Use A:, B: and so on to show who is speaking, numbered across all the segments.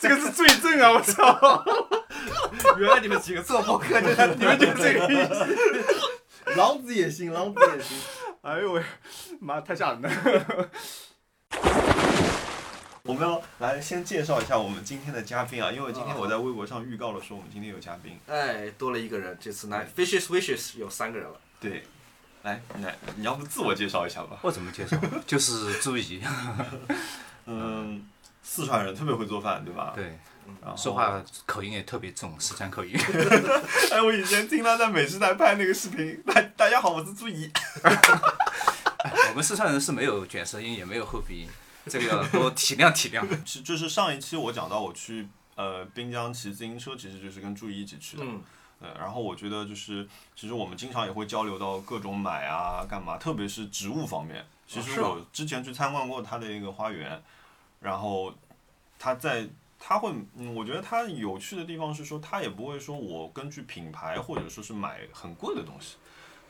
A: 这个是罪证啊！我操，
B: 原来 你们几个做播客就是
A: 你们就这个意思？
C: 老子也行，老子也行。
A: 哎呦喂，妈，太吓人了！
C: 我们要来先介绍一下我们今天的嘉宾啊，因为今天我在微博上预告了说我们今天有嘉宾。
B: 哎，多了一个人，这
D: 嗯
B: 次来 Fishes Wishes 有三个人了。
C: 对，来，你来，你要不自我介绍一下吧？
D: 我怎么介绍？就是朱 怡，
C: 嗯，四川人特别会做饭，对吧？。
D: 对，
C: 然后
D: 说，话口音也特别重，四川口音。
C: 哎，我以前听他在美食台拍那个视频，大大家好，我是朱怡。
D: 我们四川人是没有卷舌音，也没有后鼻音，这个要多体谅体谅。
C: 是，就是上一期我讲到我去呃滨江骑自行车，其实就是跟朱怡一起去的。
B: 嗯，
C: 对，呃然后我觉得就是，其实我们经常也会交流到各种买啊、干嘛，特别是植物方面。其实
B: 是吗
C: 我之前去参观过他的一个花园，然后他在他会，嗯，我觉得他有趣的地方是说，他也不会说我根据品牌或者说是买很贵的东西。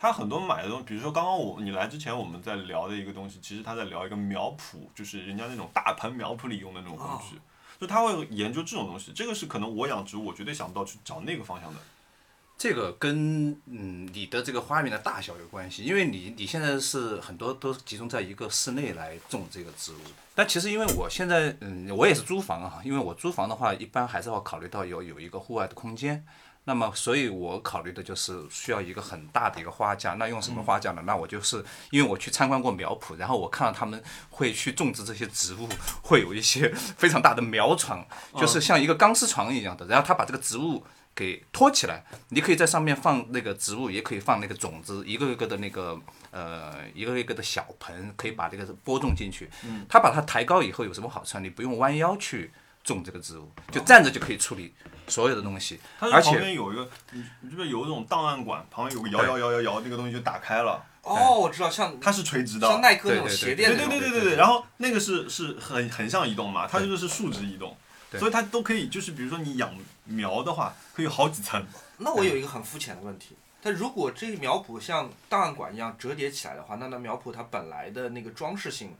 C: 他很多买的东西，比如说刚刚我你来之前我们在聊的一个东西，其实他在聊一个苗圃，就是人家那种大盆苗圃里用的那种工具，就他会研究这种东西。这个是可能我养植物，我绝对想不到去找那个方向的。
D: 这个跟嗯你的这个花园的大小有关系，因为你你现在是很多都集中在一个室内来种这个植物，但其实因为我现在嗯我也是租房啊，因为我租房的话一般还是要考虑到有有一个户外的空间，那么所以我考虑的就是需要一个很大的一个花架，那用什么花架
C: 嗯
D: 呢？那我就是因为我去参观过苗圃，然后我看到他们会去种植这些植物，会有一些非常大的苗床，
C: 嗯
D: 就是像一个钢丝床一样的，然后他把这个植物。给托起来，你可以在上面放那个植物，也可以放那个种子，一个一个的那个呃，一个一个的小盆，可以把这个播种进去。嗯，它把它抬高以后有什么好处啊？你不用弯腰去种这个植物，就站着就可以处理所有的东西。
C: 它
D: 而
C: 是
D: 且
C: 旁边有一个，你你这边有一种档案馆，旁边有个摇摇摇摇摇，那个东西就打开了，
B: 哦，我知道，像
C: 它是垂直的。
B: 像耐克那种
D: 对对对
B: 鞋
C: 对
B: 垫
C: 对
B: 那种。
C: 对对对对。然后那个是是很很像移动嘛，它就是竖直移动，
D: 对
C: 所以它都可以，就是比如说你养苗的话，可以好几层。
B: 那
D: 嗯
B: 我有一个很肤浅的问题，但如果这个苗圃像档案馆一样折叠起来的话，那那苗圃它本来的那个装饰性，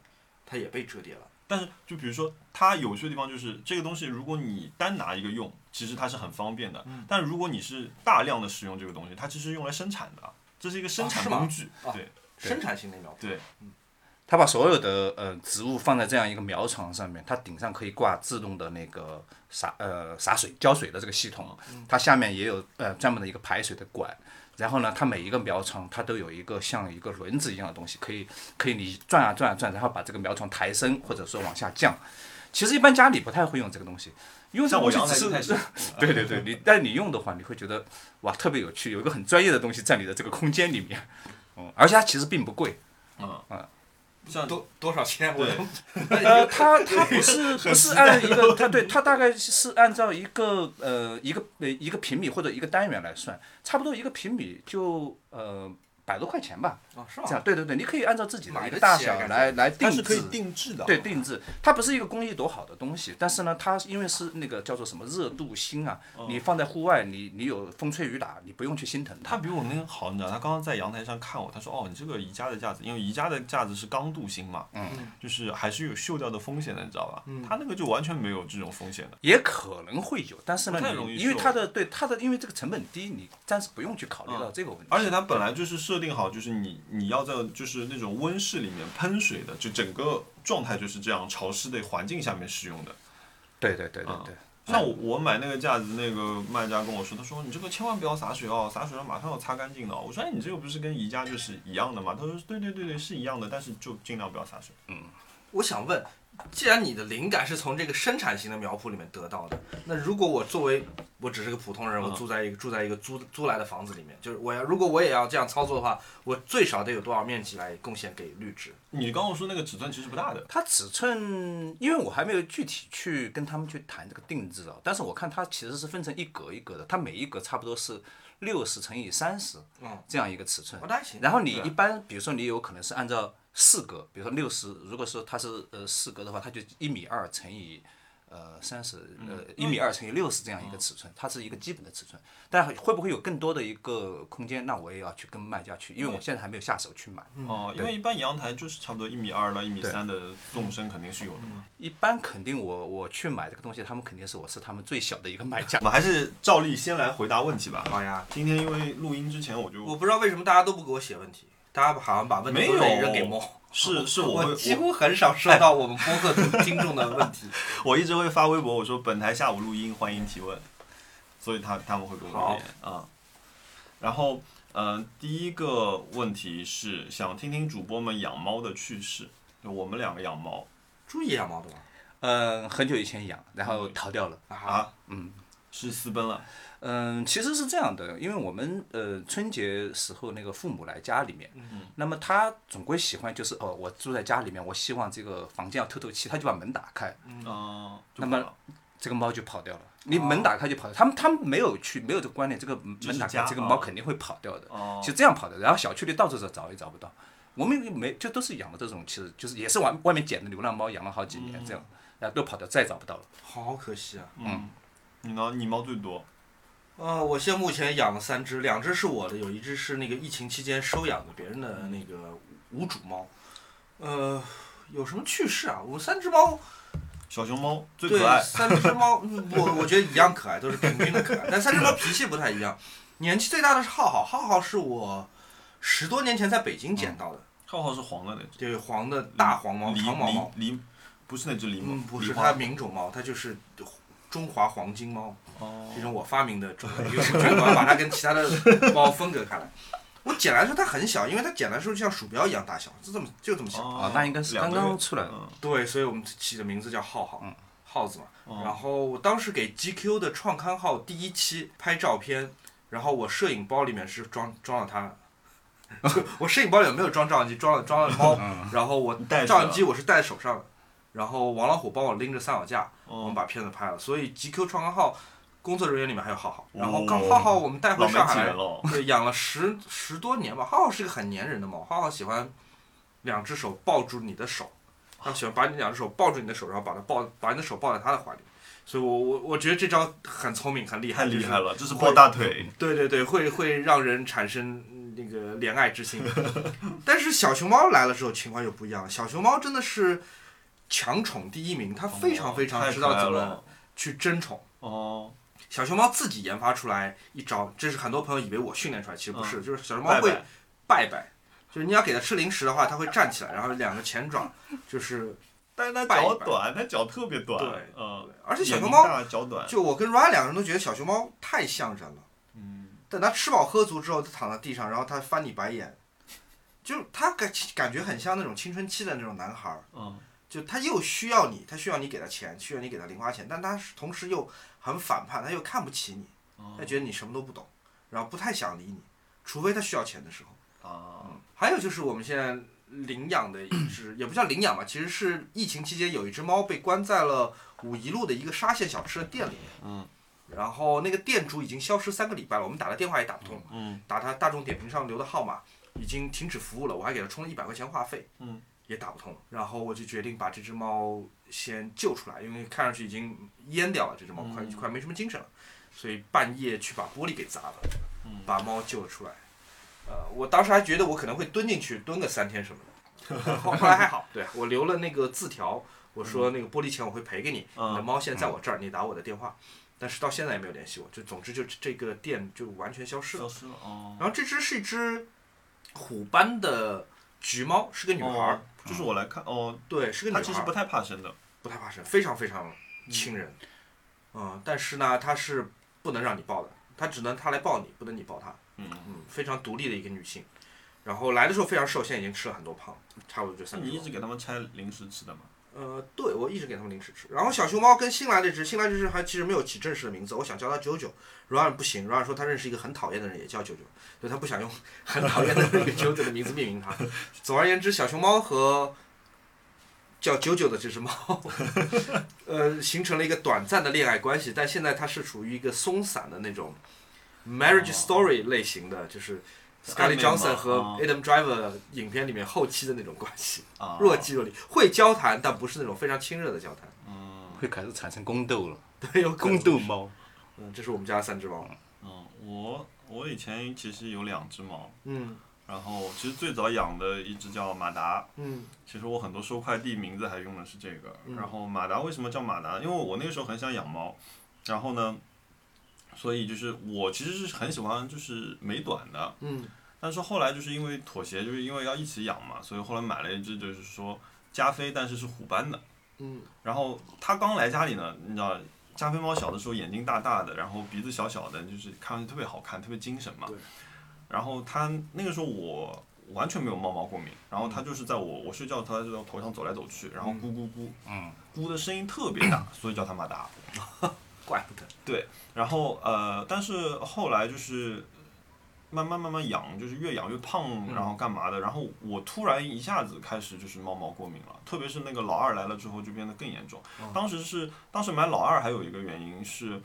B: 它也被折叠了。
C: 但是就比如说它有趣的地方就是这个东西，如果你单拿一个用，其实它是很方便的。
D: 嗯
C: 但如果你是大量的使用这个东西，它其实是用来生产的，啊这是一个生产
B: 是吗
C: 工具。
B: 啊
C: 对
D: 对
B: 生产性的苗圃。
C: 对，
D: 他把所有的呃植物放在这样一个苗床上面，它顶上可以挂自动的那个洒呃洒水浇水的这个系统，
C: 嗯
D: 它下面也有呃专门的一个排水的管。然后呢，它每一个苗床它都有一个像一个轮子一样的东西，可以可以你转啊转啊转，然后把这个苗床抬升或者说往下降。其实一般家里不太会用这个东西，用这
C: 像
D: 个
C: 我
D: 东
C: 阳台
D: 西
C: 就
D: 只
C: 开
D: 是
C: 始
D: 对对对，你但你用的话，你会觉得哇特别有趣，有一个很专业的东西在你的这个空间里面，嗯，而且它其实并不贵，
C: 嗯
D: 嗯，
C: 像
B: 多多少钱？我
C: 对
D: 呃，它 它不是不是按一个，它对它大概是按照一个呃一个呃一个平米或者一个单元来算，差不多一个平米就呃百多块钱吧，
C: 哦
B: 啊，是
D: 这
B: 吗？
D: 样对对对，你可以按照自己的
B: 买
D: 一
B: 得
D: 个大
B: 起啊
D: 小
B: 感觉
D: 来来定
C: 它
D: 制，
C: 是可以定制的。啊
D: 对定制，它不是一个工艺多好的东西，但是呢，它因为是那个叫做什么热镀锌啊，
C: 哦
D: 你放在户外，你你有风吹雨打，你不用去心疼它
C: 他。比我那个好，你知道，他刚刚在阳台上看我，他说：“哦，你这个宜家的架子，因为宜家的架子是钢镀锌嘛，嗯，就是还是有锈掉的风险的，你知道吧？他那个就完全没有这种风险的。
D: 也可能会有，但是呢
C: 不太，容易
D: 你因为
C: 受
D: 它的对它的，因为这个成本低，你暂时不用去考虑到这个问题。
C: 嗯而且它本来就是设定好，就是你你要在就是那种温室里面喷水的，就整个状态就是这样潮湿的环境下面使用的。
D: 对对对对
B: 啊
D: 对。
C: 像我我买那个架子，那个卖家跟我说，他说你这个千万不要洒水哦，洒水了马上要擦干净的哦。我说哎，你这个不是跟宜家就是一样的吗？他说对对对对，是一样的，但是就尽量不要洒水。
B: 我想问，既然你的灵感是从这个生产型的苗圃里面得到的，那如果我作为我只是个普通
C: 嗯
B: 人，我住在一个住在一个租租来的房子里面，就是我要如果我也要这样操作的话，我最少得有多少面积来贡献给绿植？
C: 你刚刚说那个尺寸其实不大的，
D: 它尺寸，因为我还没有具体去跟他们去谈这个定制啊，但是我看它其实是分成一格一格的，它每一格差不多是六十乘以三十
B: 嗯，
D: 这样一个尺寸
B: 我。那还行。
D: 然后你
B: 对啊
D: 一般，比如说你有可能是按照四格，比如说六十，如果说它是呃四格的话，它就一米二乘以呃三十
B: 嗯
D: 呃一米二乘以六十这样一个尺寸，它是一个基本的尺寸。但会不会有更多的一个空间？那我也要去跟卖家去，因为我现在还没有下手去买。
C: 哦，因为一般阳台就是差不多一米二到一米三的纵深肯定是有的嘛。
D: 一般肯定我我去买这个东西，他们肯定是我是他们最小的一个买家
C: 我。们还是照例先来回答问题吧。
B: 好呀，
C: 今天因为录音之前我就
B: 我不知道为什么大家都不给我写问题，大家好像把问题
C: 没
B: 都
C: 有
B: 得扔给梦。
C: 是是我会
B: 我几乎很少收到我们播客的听众的问题。
C: 我一直会发微博，我说本台下午录音，欢迎提问，所以他他们会给我留言啊、嗯然后，呃，第一个问题是想听听主播们养猫的趣事，就我们两个养猫
B: 注意养猫的吧？
D: 嗯，很久以前养，然后逃掉了。
B: 啊，
C: 啊，嗯，是私奔了，
D: 嗯，其实是这样的，因为我们呃春节时候那个父母来家里面，那么他总归喜欢就是哦，我住在家里面，我希望这个房间要透透气，他就把门打开，
C: 嗯，呃、
D: 那么
C: 就跑了
D: 这个猫就跑掉了。你门打开就跑掉，他们他们没有去没有这个观念，这个
C: 这
D: 门
C: 哦是
D: 打开
C: 家
D: 这个
C: 啊
D: 猫肯定会跑掉的，
C: 哦
D: 就这样跑的。然后小区里到处找找也找不到，我们也没就都是养的这种，其实就是也是往外面捡的流浪猫，养了好几年这样，然后都跑掉，再也找不到了。
B: 好可惜啊！
C: 嗯，你呢？你猫最多，
B: 呃，我现在目前养了三只，两只是我的，有一只是那个疫情期间收养的别人的
C: 嗯
B: 那个无主猫。呃，有什么趣事啊？我三只猫，
C: 小熊猫最
B: 对
C: 可，爱，
B: 三只猫，嗯我我觉得一样可爱，都是平均的可爱，但三只猫脾气不太一样。年纪最大的是浩浩，浩浩是我十多年前在北京捡到的，
C: 浩浩是黄的那只，
B: 对黄的大黄猫、
C: 嗯狸
B: 长毛猫
C: 狸。狸，不是那只狸猫，
B: 嗯，不是
C: 狸花
B: 它名种猫，它就是中华黄金猫，
C: 哦
B: 这种我发明的种类，因为我觉得我要把它跟其他的猫分隔开来。 我捡来的时候它很小，因为它捡来的时候就像鼠标一样大小，就这么就这么小。
C: 哦
D: 啊，那应该是
C: 两
D: 刚
C: 个月
D: 刚出来的。
C: 嗯
B: 对，所以我们起的名字叫浩浩，耗子嘛。
C: 哦
B: 然后我当时给 GQ 的创刊号第一期拍照片，然后我摄影包里面是装装了它。就我摄影包里面没有装照相机，装了装了猫，然后我
C: 嗯带着
B: 照相机我是戴在手上的，然后王老虎帮我拎着三脚架，我
C: 哦
B: 们把片子拍了。所以 GQ 创刊号工作人员里面还有浩浩，然后
C: 哦
B: 刚浩浩我们带回
C: 老媒
B: 上
C: 体
B: 海
C: 人
B: 来，
C: 了，
B: 对，养了十十多年吧。浩浩是个很粘人的猫，浩浩喜欢两只手抱住你的手，他喜欢把你两只手抱住你的手，然后把它抱把你的手抱在他的怀里。所以我我我觉得这招很聪明，很厉害，
C: 太厉害
B: 了。
C: 了，这是抱大腿。
B: 对对对，会会让人产生嗯那个怜爱之心。 但是小熊猫来了之后情况就不一样了，小熊猫真的是强宠第一名，它非
C: 嗯
B: 常非常知道怎么去争宠。
C: 哦，
B: 小熊猫自己研发出来一招，这是很多朋友以为我训练出来，其实不是，就是小熊猫
C: 拜
B: 会
C: 拜
B: 拜拜，就是你要给它吃零食的话，它会站起来，然后两个前爪就是
C: 但是它
B: 拜一
C: 脚
B: 拜
C: 短，它脚特别短，
B: 对
C: 嗯，
B: 而且小
C: 眼
B: 熊
C: 睛
B: 猫，
C: 大脚短，
B: 就我跟 Ryan 两个人都觉得小熊猫太像人了。
C: 嗯，
B: 等它吃饱喝足之后，它躺在地上，然后它翻你白眼，就它感感觉很像那种青春期的那种男孩儿，
C: 嗯，
B: 就他又需要你，他需要你给他钱，需要你给他零花钱，但他是同时又很反叛，他又看不起你，
C: 哦
B: 他觉得你什么都不懂，然后不太想理你，除非他需要钱的时候。
C: 啊，
B: 还有就是我们现在领养的一只，也不叫领养吧，其实是疫情期间有一只猫被关在了武夷路的一个沙县小吃的店里面。
C: 嗯。
B: 然后那个店主已经消失三个礼拜了，我们打了电话也打不通，
C: 嗯，
B: 打他大众点评上留的号码已经停止服务了，我还给他充了一百块钱话费，
C: 嗯，
B: 也打不通。然后我就决定把这只猫先救出来，因为看上去已经淹掉了，这只猫快、
C: 嗯
B: 快没什么精神了，所以半夜去把玻璃给砸了，
C: 嗯
B: 把猫救了出来。呃，我当时还觉得我可能会蹲进去蹲个三天什么的，后后来还好，对我留了那个字条，我说那个玻璃钱我会赔给你，
C: 嗯
B: 你的猫现在在我这儿，你打我的电话。但是到现在也没有联系我，就总之就这个店就完全消失了
C: 消。失了，哦，
B: 然后这只是一只虎斑的橘猫，是个女孩儿，
C: 哦，就是我来看，哦，
B: 对，是个
C: 它
B: 女
C: 其
B: 孩
C: 实
B: 儿，
C: 不太怕生的，
B: 不太怕生，非常非常亲人。嗯但是呢，它是不能让你抱的，它只能它来抱你，不能你抱它。
C: 嗯，
B: 嗯，非常独立的一个女性。然后来的时候非常瘦，现在已经吃了很多胖，差不多就
C: 那
B: 三
C: 你
B: 十
C: 一
B: 多。
C: 直给它们拆零食吃的嘛？
B: 呃，对，我一直给它们零食吃。然后小熊猫跟新来这只，新来这只还其实没有起正式的名字，我想叫它九九，软软不行，软软说他认识一个很讨厌的人，也叫九九，所以他不想用 很讨厌的那个九九的名字命名它。 总而言之，小熊猫和叫九九的这只猫， 呃，形成了一个短暂的恋爱关系，但现在它是处于一个松散的那种 marriage
C: 哦
B: story 类型的，就是
C: 暧昧
B: Scarlett Johnson
C: 嘛
B: 和
C: 哦
B: Adam Driver 影片里面后期的那种关系，
C: 啊，
B: 若即若离，会交谈，但不是那种非常亲热的交谈。
C: 嗯，
D: 会开始产生宫斗了，
B: 对，有可
D: 宫
B: 能
D: 斗猫。
B: 嗯，这是我们家的三只猫。
C: 嗯，我我以前其实有两只猫，
B: 嗯
C: 然后其实最早养的一只叫马达，
B: 嗯
C: 其实我很多收快递名字还用的是这个。
B: 嗯
C: 然后马达为什么叫马达？因为我那个时候很想养猫，然后呢，所以就是我其实是很喜欢就是美短的，
B: 嗯
C: 但是后来就是因为妥协，就是因为要一起养嘛，所以后来买了一只就是说加菲，但是是虎斑的。
B: 嗯
C: 然后它刚来家里呢，你知道加菲猫小的时候眼睛大大的，然后鼻子小小的，就是看上去特别好看，特别精神嘛
B: 对。
C: 然后它那个时候我完全没有猫毛过敏，然后它就是在我我睡觉，它就在头上走来走去，然后咕咕咕，
D: 嗯，
C: 咕的声音特别大，所以叫它马达。
B: 怪不得。
C: 然后呃，但是后来就是慢慢慢慢养，就是越养越
B: 嗯
C: 胖，然后干嘛的？然后我突然一下子开始就是猫毛过敏了，特别是那个老二来了之后就变得更严重。
B: 嗯
C: 当时是当时买老二还有一个原因是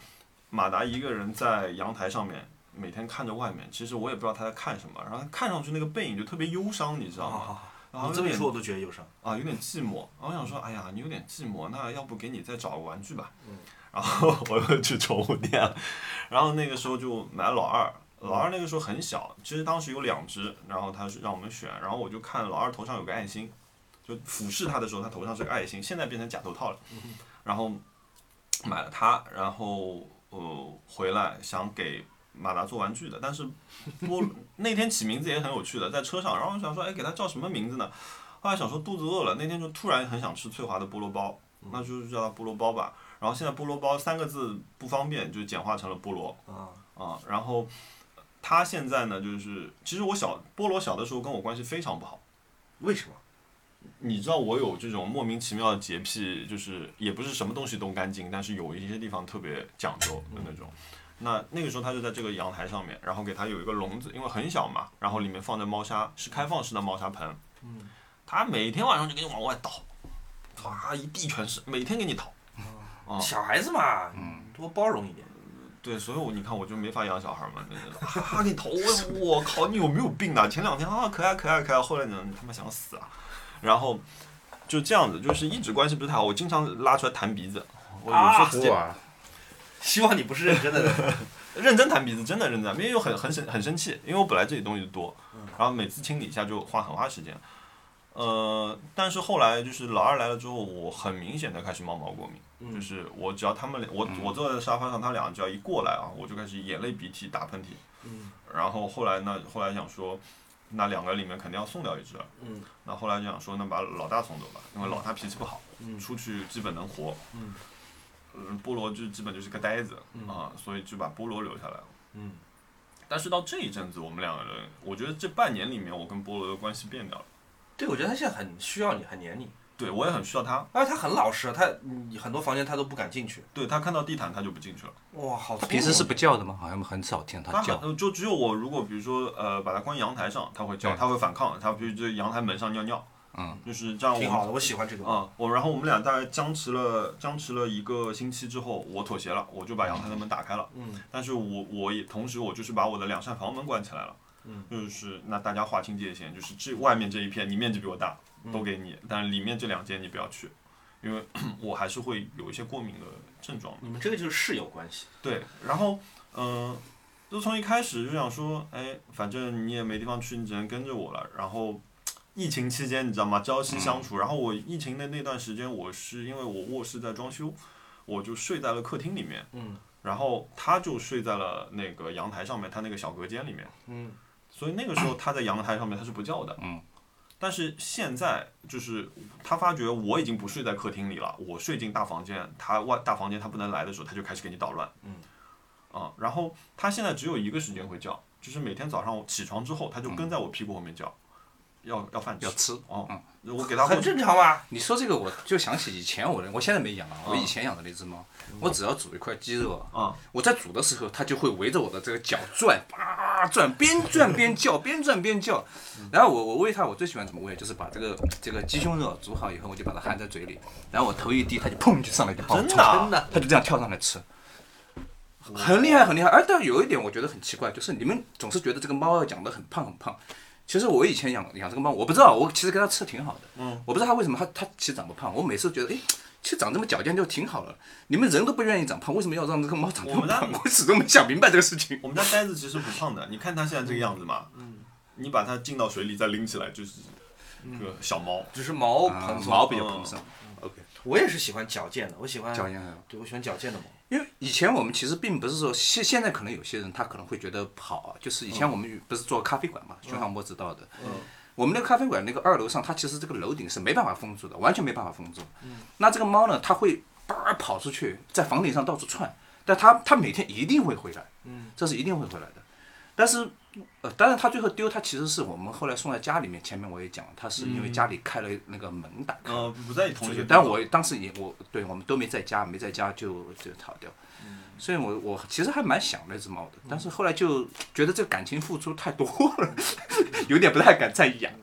C: 马达一个人在阳台上面。每天看着外面，其实我也不知道他在看什么，然后他看上去那个背影就特别忧伤，你知道
B: 好
C: 吗？
B: 好好，
C: 然后
B: 啊哦你这么一
C: 有点
B: 说我都觉得忧伤。
C: 啊，有点寂寞。然后我想说，哎呀，你有点寂寞，那要不给你再找个玩具吧。
B: 嗯
C: 然后我又去宠物店了，然后那个时候就买老二。老二那个时候很小，其实当时有两只，然后他是让我们选，然后我就看老二头上有个爱心，就俯视它的时候，它头上是个爱心，现在变成假头套了。然后买了它，然后呃回来想给马达做玩具的，但是波 那天起名字也很有趣的，在车上，然后我想说，哎，给它叫什么名字呢？后来想说肚子饿了，那天就突然很想吃翠华的菠萝包，那就是叫它菠萝包吧。然后现在菠萝包三个字不方便，就简化成了菠萝
B: 啊
C: 啊、然后呃它现在呢，就是其实我小菠萝小的时候跟我关系非常不好。
B: 为什么？
C: 你知道我有这种莫名其妙的洁癖，就是也不是什么东西都干净，但是有一些地方特别讲究的那种。那那个时候他就在这个阳台上面，然后给它有一个笼子，因为很小嘛，然后里面放着猫砂，是开放式的猫砂盆。
B: 嗯，
C: 它每天晚上就给你往外倒，哇，一地全是，每天给你倒。哦
B: 小孩子嘛，
D: 嗯
B: 多包容一点。
C: 对，所以我你看我就没法养小孩嘛，真的啊，给你投我我靠，你有没有病啊？前两天啊可爱可爱可爱，后来呢你他妈想死啊，然后就这样子，就是一直关系不是太好，我经常拉出来弹鼻子，我有时候直接、
D: 哇，
B: 希望你不是认真的 人。
C: 认真弹鼻子，真的认真，因为又很很生很生气，因为我本来这里东西就多，
B: 嗯
C: 然后每次清理一下就花很花时间。呃，但是后来就是老二来了之后，我很明显的开始猫毛过敏，就
B: 嗯
C: 是我只要他们俩，我我坐在沙发上，他俩只要一过来啊，我就开始眼泪鼻涕打喷嚏。
B: 嗯
C: 然后后来呢，后来想说，那两个里面肯定要送掉一只，
B: 嗯
C: 那后来就想说，那把老大送走吧，因为老大脾气不好，
B: 嗯
C: 出去基本能活。
B: 嗯
C: 嗯，菠萝就基本就是个呆子
B: 嗯
C: 啊、所以就把菠萝留下来了。
B: 嗯，
C: 但是到这一阵子，我们两个人，我觉得这半年里面，我跟菠萝的关系变掉了。
B: 对，我觉得他现在很需要你，很黏你，
C: 对我也很需要他，
B: 而且他很老实，他你很多房间他都不敢进去。
C: 对他看到地毯他就不进去了。
B: 哇，好
D: 它
B: 聪明。啊
D: 平时是
C: 哦
D: 不叫的吗？好像很少听它
C: 他
D: 叫。
C: 很就只有我，如果比如说呃把它关阳台上，他会叫，
D: 对
C: 他会反抗，他比如就阳台门上尿尿，
D: 嗯，
C: 就是这样。
B: 挺好的，我喜欢这个。
C: 啊、我然后我们俩大概僵持了僵持了一个星期之后，我妥协了，我就把阳台的门打开了。
B: 嗯，
C: 但是我我也同时我就是把我的两扇房门关起来了。
B: 嗯，
C: 就是那大家划清界限，就是这外面这一片，你面积比我大，
B: 嗯
C: 都给你，但是里面这两间你不要去，因为 我还是会有一些过敏的症状。
B: 你们这个就是室友关系。
C: 对，然后嗯、呃就从一开始就想说，哎，反正你也没地方去，你只能跟着我了。然后疫情期间，你知道吗？朝夕相处。然后我疫情的那段时间，我是因为我卧室在装修，我就睡在了客厅里面，
B: 嗯
C: 然后他就睡在了那个阳台上面，他那个小隔间里面。
B: 嗯
C: 所以那个时候他在阳台上面他是不叫的。
D: 嗯。
C: 但是现在就是他发觉我已经不睡在客厅里了，我睡进大房间，他外大房间他不能来的时候，他就开始给你捣乱。
B: 嗯。
C: 啊，然后他现在只有一个时间会叫，就是每天早上我起床之后，他就跟在我屁股后面叫，要要饭
D: 嗯
C: 吃
D: 要。吃，嗯
C: 哦，我给他
B: 很
C: 过去
B: 正常吧？
D: 你说这个我就想起以前我的，我现在没养了，我以前养的那只猫，
C: 嗯
D: 我只要煮一块鸡肉啊，
C: 啊，
D: 我在煮的时候，它就会围着我的这个脚转，啊转，边转边叫，边转边叫。然后我我喂它，我最喜欢怎么喂，就是把这个这个鸡胸肉煮好以后，我就把它含在嘴里，然后我头一低，它就砰就上来就抱，
C: 真的啊
D: 哦真的，它就这样跳上来吃。很厉害，很厉害。而但有一点我觉得很奇怪，就是你们总是觉得这个猫要养得很胖很胖。其实我以前养养这个猫，我不知道，我其实给它吃挺好的。
C: 嗯，
D: 我不知道它为什么它它其实长不胖。我每次觉得，哎，其实长这么矫健就挺好了。你们人都不愿意长胖，为什么要让这个猫长这
C: 我
D: 么
C: 们家
D: 胖？我始终没想明白这个事情。
C: 我们家呆子其实不胖的，你看它现在这个样子嘛，嗯，你把它浸到水里再拎起来就是
B: 嗯
C: 个小猫。
B: 只是毛
D: 啊
B: 蓬松。
D: 毛比较蓬松，OK，
B: 我也是喜欢矫健的，我喜欢
D: 矫健很好。
B: 对我喜欢矫健的毛。
D: 因为以前我们其实并不是说现现在可能有些人他可能会觉得好，啊就是以前我们不是做咖啡馆嘛，熊航波知道的。我们那个咖啡馆那个二楼上，它其实这个楼顶是没办法封住的，完全没办法封住。那这个猫呢，它会叭跑出去，在房顶上到处窜，但它它每天一定会回来，这是一定会回来的。但是，呃，当然它最后丢，它其实是我们后来送到家里面，前面我也讲了，它是因为家里开了那个门打开了。
C: 嗯，不在同一个地方。
D: 但我当时也我对我们都没在家，没在家就就逃掉。所以我我其实还蛮想那只猫的，但是后来就觉得这感情付出太多了， 有点不太敢再养。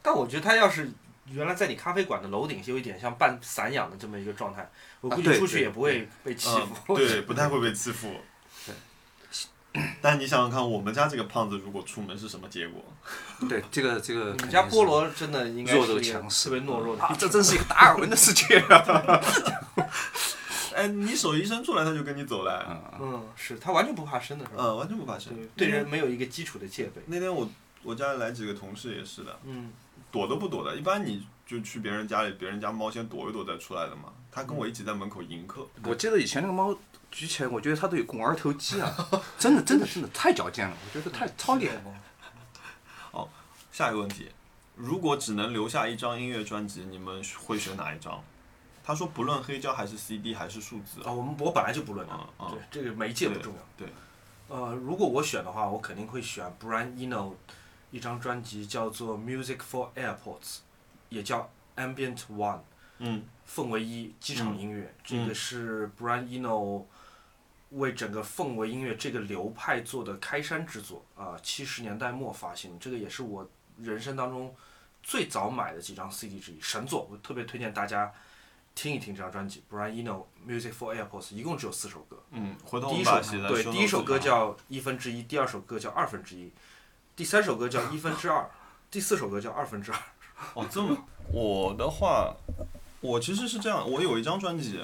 B: 但我觉得它要是原来在你咖啡馆的楼顶，有一点像半散养的这么一个状态，我
D: 啊
B: 估计
D: 对
B: 出去
D: 对
B: 也不会被欺
C: 嗯
B: 负。
C: 对，不太会被欺负。但你想想看，我们家这个胖子如果出门是什么结果？
D: 对，这个这个 肯
B: 你
D: 定是。
B: 们家菠萝真的应该
D: 弱
B: 是
D: 肉
B: 一个
D: 强食
B: 特别懦弱的。
D: 啊，这真是一个达尔文的世界啊！
C: 哎，你手一伸出来，他就跟你走了，
B: 嗯，是他完全不怕生的是吧？
C: 嗯，完全不怕生。
B: 对人没有一个基础的戒备。
C: 那天我我家来几个同事也是的，
B: 嗯，
C: 躲都不躲的。一般你就去别人家里，别人家猫先躲一躲再出来的嘛。他跟我一起在门口迎客，
B: 嗯
D: 我记得以前那个猫举起来，我觉得它都有肱二头肌啊！ 真的真的真的太矫健了，我觉得太超脸了。
C: 下一个问题，如果只能留下一张音乐专辑，你们会选哪一张？他说不论黑胶还是 CD 还是数字
B: 啊，，我们我本来就不论
C: 嗯
B: 了，
C: 嗯
B: 对这个媒介不重要。
C: 对，
B: 呃，如果我选的话，我肯定会选 Brian Eno 一张专辑叫做《Music for Airports》，也叫 Ambient One，
C: 嗯
B: 氛围一机场音乐，这个是 Brian Eno 为整个氛围音乐这个流派做的开山之作啊，七、0十年代末发行，这个也是我人生当中最早买的几张 CD 之一，神作，我特别推荐大家听一听这张专辑 Brian Eno Music for Airports，一共只有四首歌。
C: 嗯，回头我
B: 第一
C: 们
B: 首
C: 把写在
B: 对，
C: show
B: 第一首
C: notes
B: 歌
C: 上
B: 叫一分之一，第二首歌叫二分之一，第三首歌叫一分之二，第四首歌叫二分之二。
C: 哦，这么我的话，我其实是这样，我有一张专辑，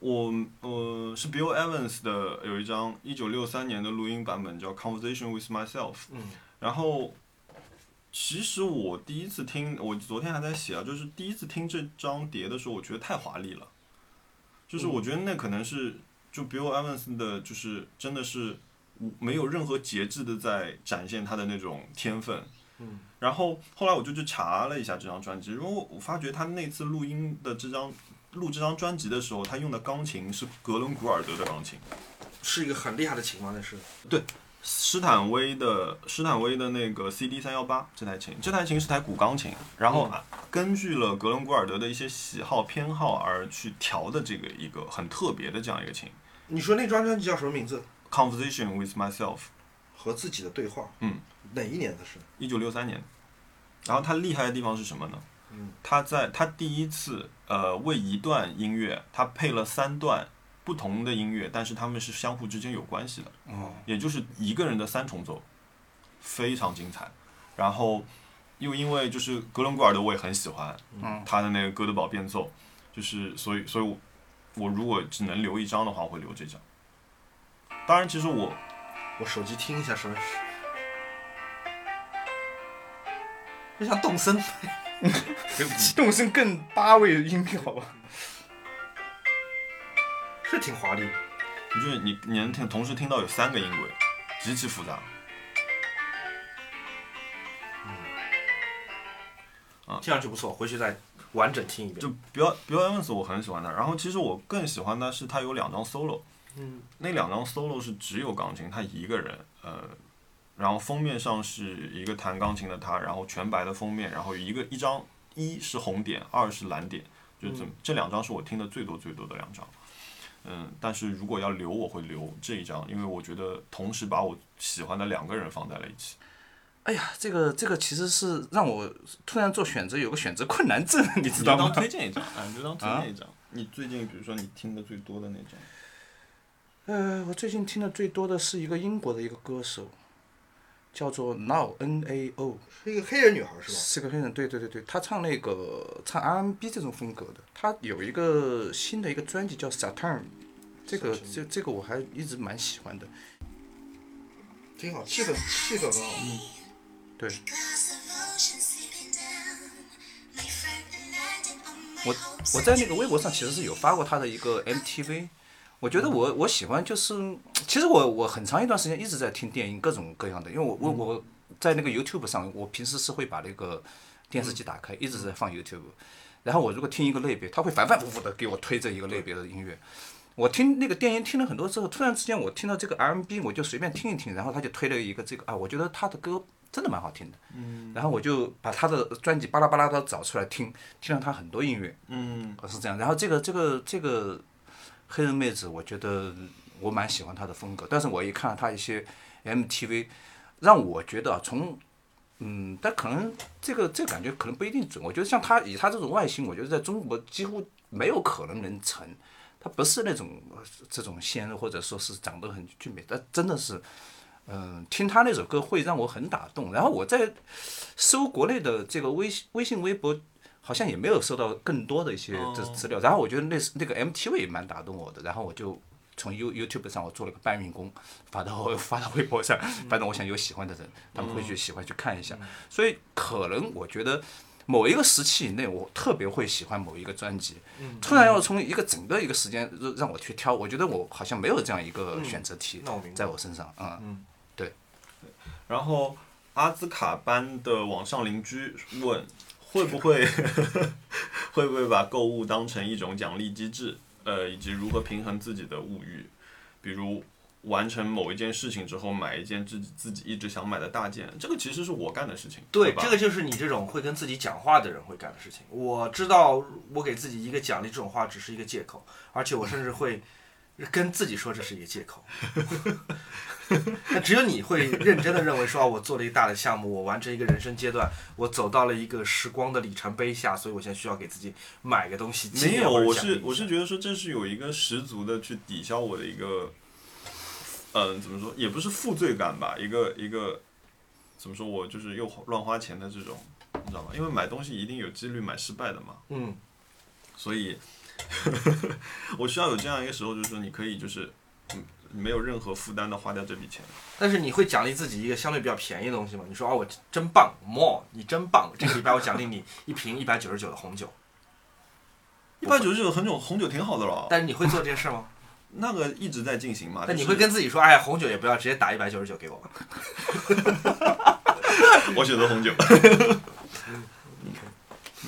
C: 我呃是 Bill Evans 的有一张一九六三年的录音版本叫《Conversation with Myself》，
B: 嗯，
C: 然后其实我第一次听，我昨天还在写啊，就是第一次听这张碟的时候，我觉得太华丽了，就是我觉得那可能是就 Bill Evans 的，就是真的是无没有任何节制的在展现他的那种天分。
B: 嗯，
C: 然后后来我就去查了一下这张专辑，因为我我发觉他那次录音的这张录这张专辑的时候，他用的钢琴是格伦古尔德的钢琴，
B: 是一个很厉害的琴吗？那是。
C: 斯坦威的斯坦威的那个 CD 三幺八这台琴，这台琴是台古钢琴，然后、啊根据了格伦古尔德的一些喜好偏好而去调的这个一个很特别的这样一个琴
B: 你说那张专辑叫什么名字？
C: ，Conversation with Myself，
B: 和自己的对话。
C: 嗯。
B: 哪一年的是？
C: 一九六三年。然后他厉害的地方是什么呢？
D: 嗯
C: 他在他第一次呃为一段音乐，他配了三段不同的音乐，但是他们是相互之间有关系的，
D: 哦，
C: 也就是一个人的三重奏，非常精彩。然后又因为就是格伦古尔德我也很喜欢，
D: 嗯，
C: 他的那个哥德堡变奏，就是所以所以我我如果只能留一张的话，我会留这张。当然，其实我
B: 我手机听一下什么。就像动森，
D: 动声更八位音调吧。
B: 是挺华丽的。
C: 就是你你能听同时听到有三个音轨，极其复杂。
B: 听上去不错，回去再完整听一遍。
C: 就表表演 Evans 我很喜欢他，然后其实我更喜欢他是他有两张 solo，
B: 嗯，
C: 那两张 solo 是只有钢琴，他一个人，呃，然后封面上是一个弹钢琴的他，然后全白的封面，然后一个一张一是红点，二是蓝点，就这、这两张是我听的最多最多的两张。嗯，但是如果要留，我会留这一张，因为我觉得同时把我喜欢的两个人放在了一起。
D: 哎呀，这个这个其实是让我突然做选择有个选择困难症，你知
C: 你
D: 道
C: 就
D: 吗
C: 当？推荐一张， 啊，你就当推荐一张。你最近比如说你听的最多的那张，
D: 呃，我最近听的最多的是一个英国的一个歌手，叫做 Now N A O，
B: 是一个黑人女孩是吧？
D: 是个黑人，对对对对，他唱那个唱 R&B 这种风格的，他有一个新的一个专辑叫 Saturn，这个这这个我还一直蛮喜欢的，
B: 挺好，气氛气氛很好。
D: 对
E: Because of ocean seeping down, my friend and I did on my
D: 我
E: hopes
D: 我在那个微博上其实是有发过他的一个 MTV，我觉得我我喜欢就是，其实我我很长一段时间一直在听电音各种各样的，因为我我我在那个 YouTube 上，我平时是会把那个电视机打开，一直在放 YouTube，然后我如果听一个类别，他会反反复复的给我推这一个类别的音乐。我听那个电音听了很多之后，突然之间我听到这个 R&B，我就随便听一听，然后他就推了一个这个啊，我觉得他的歌真的蛮好听的，嗯，然后我就把他的专辑巴拉巴拉的找出来听，听了他很多音乐，
C: 嗯，
D: 呃是这样。然后这个这个这个黑人妹子，我觉得我蛮喜欢她的风格，但是我一看她一些 MTV，让我觉得啊，从嗯，但可能这个这个感觉可能不一定准。我觉得像她以她这种外形，我觉得在中国几乎没有可能能成。她不是那种呃这种鲜肉，或者说是长得很俊美，但真的是。嗯，听她那首歌会让我很打动。然后我在搜国内的这个微信、微信、微博好像也没有收到更多的一些
B: 哦
D: 这资料。然后我觉得那是那个 MTV 也蛮打动我的，然后我就从 You YouTube 上我做了个搬运工，发到 我发到微博上，
B: 嗯
D: 反正我想有喜欢的人，他们会去喜欢去看一下。所以可能我觉得。某一个时期以内，我特别会喜欢某一个专辑。
B: 嗯
D: 突然要从一个整个一个时间让让我去挑，我觉得我好像没有这样一个选择题
B: 嗯那我明白
D: 在我身上。嗯，
C: 然后阿兹卡班的网上邻居问，会不会 会不会把购物当成一种奖励机制？呃，以及如何平衡自己的物欲，比如完成某一件事情之后买一件自己自己一直想买的大件，这个其实是我干的事情，
B: 对，
C: 吧？
B: 这个就是你这种会跟自己讲话的人会干的事情。我知道，我给自己一个奖励，这种话只是一个借口，而且我甚至会跟自己说这是一个借口。那只有你会认真的认为说，啊，我做了一个大的项目，我完成一个人生阶段，我走到了一个时光的里程碑下，所以我现在需要给自己买个东西纪
C: 没
B: 念
C: 有，
B: 或者
C: 我
B: 奖
C: 是
B: 励一
C: 我
B: 下
C: 是觉得说这是有一个十足的去抵消我的一个，嗯、怎么说也不是负罪感吧，一个一个怎么说我就是又乱花钱的这种，你知道吗？因为买东西一定有几率买失败的嘛，
B: 嗯，
C: 所以 我需要有这样一个时候，就是说你可以就是嗯没有任何负担的花掉这笔钱。
B: 但是你会奖励自己一个相对比较便宜的东西吗？你说啊，我真棒，more，你真棒，这个礼拜我奖励你一瓶一百九十九的红酒，
C: 一般九十九红酒红酒挺好的了，啊
B: 但是你会做这件事吗？
C: 那个一直在进行嘛。
B: 那你
C: 就
B: 会
C: 啊是
B: 跟自己说，哎呀，红酒也不要，直接打一百九十九给我吧。
C: 我选择红 酒。嗯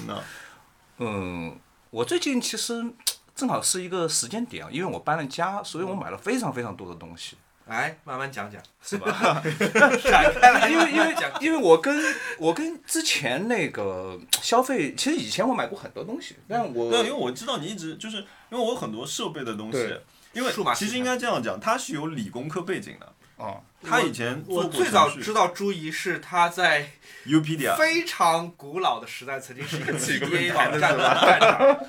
C: 那
D: 嗯，我最近其实正好是一个时间点啊，因为我搬了家，所以我买了非常非常多的东西。
B: 来，慢慢讲讲，
C: 是吧？
B: 展开来，
D: 因为因为
B: 讲，
D: 因为我跟我跟之前那个消费，其实以前我买过很多东西，但我
C: 对，因为我知道你一直就是因为我有很多设备的东西
D: 对，
C: 因为
B: 数码
C: 其实应该这样讲，他是有理工科背景的，
D: 啊、
C: 他以前
B: 我
C: 做过
B: 最早
C: 程序
B: 知道朱怡是她在
C: UPD
B: 非常古老的时代曾经是一 个
C: 是一个
B: PDA
C: 论坛的
B: 网站的站长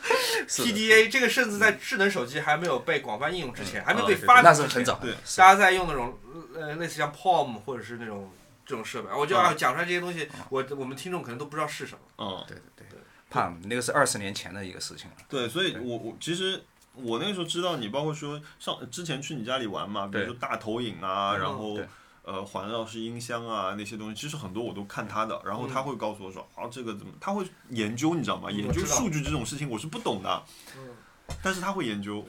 B: ，PDA 这个甚至在智能手机还没有被广泛应用之前，还没有被
C: 嗯
B: 发
D: 那
B: 明
D: 是
B: 之前
D: 很，早，
C: 对
B: 大家在用那种呃类似像 Palm 或者是那种这种设备，我就要
C: 嗯
B: 讲出来这些东西，我我们听众可能都不知道是什么。
C: 嗯，
D: 对对对，怕那个是二十年前的一个事情了。
C: 对，所以我我其实。我那个时候知道你，包括说上之前去你家里玩嘛，比如
D: 对
C: 说大投影啊，
B: 嗯
C: 然后
D: 对
C: 呃环绕式音箱啊那些东西，其实很多我都看他的，然后他会告诉我说，啊这个怎么，他会研究，你知道吗？
B: 嗯
C: 研
B: 我
C: 究
B: 知道嗯
C: 数据这种事情我是不懂的，但是他会研究，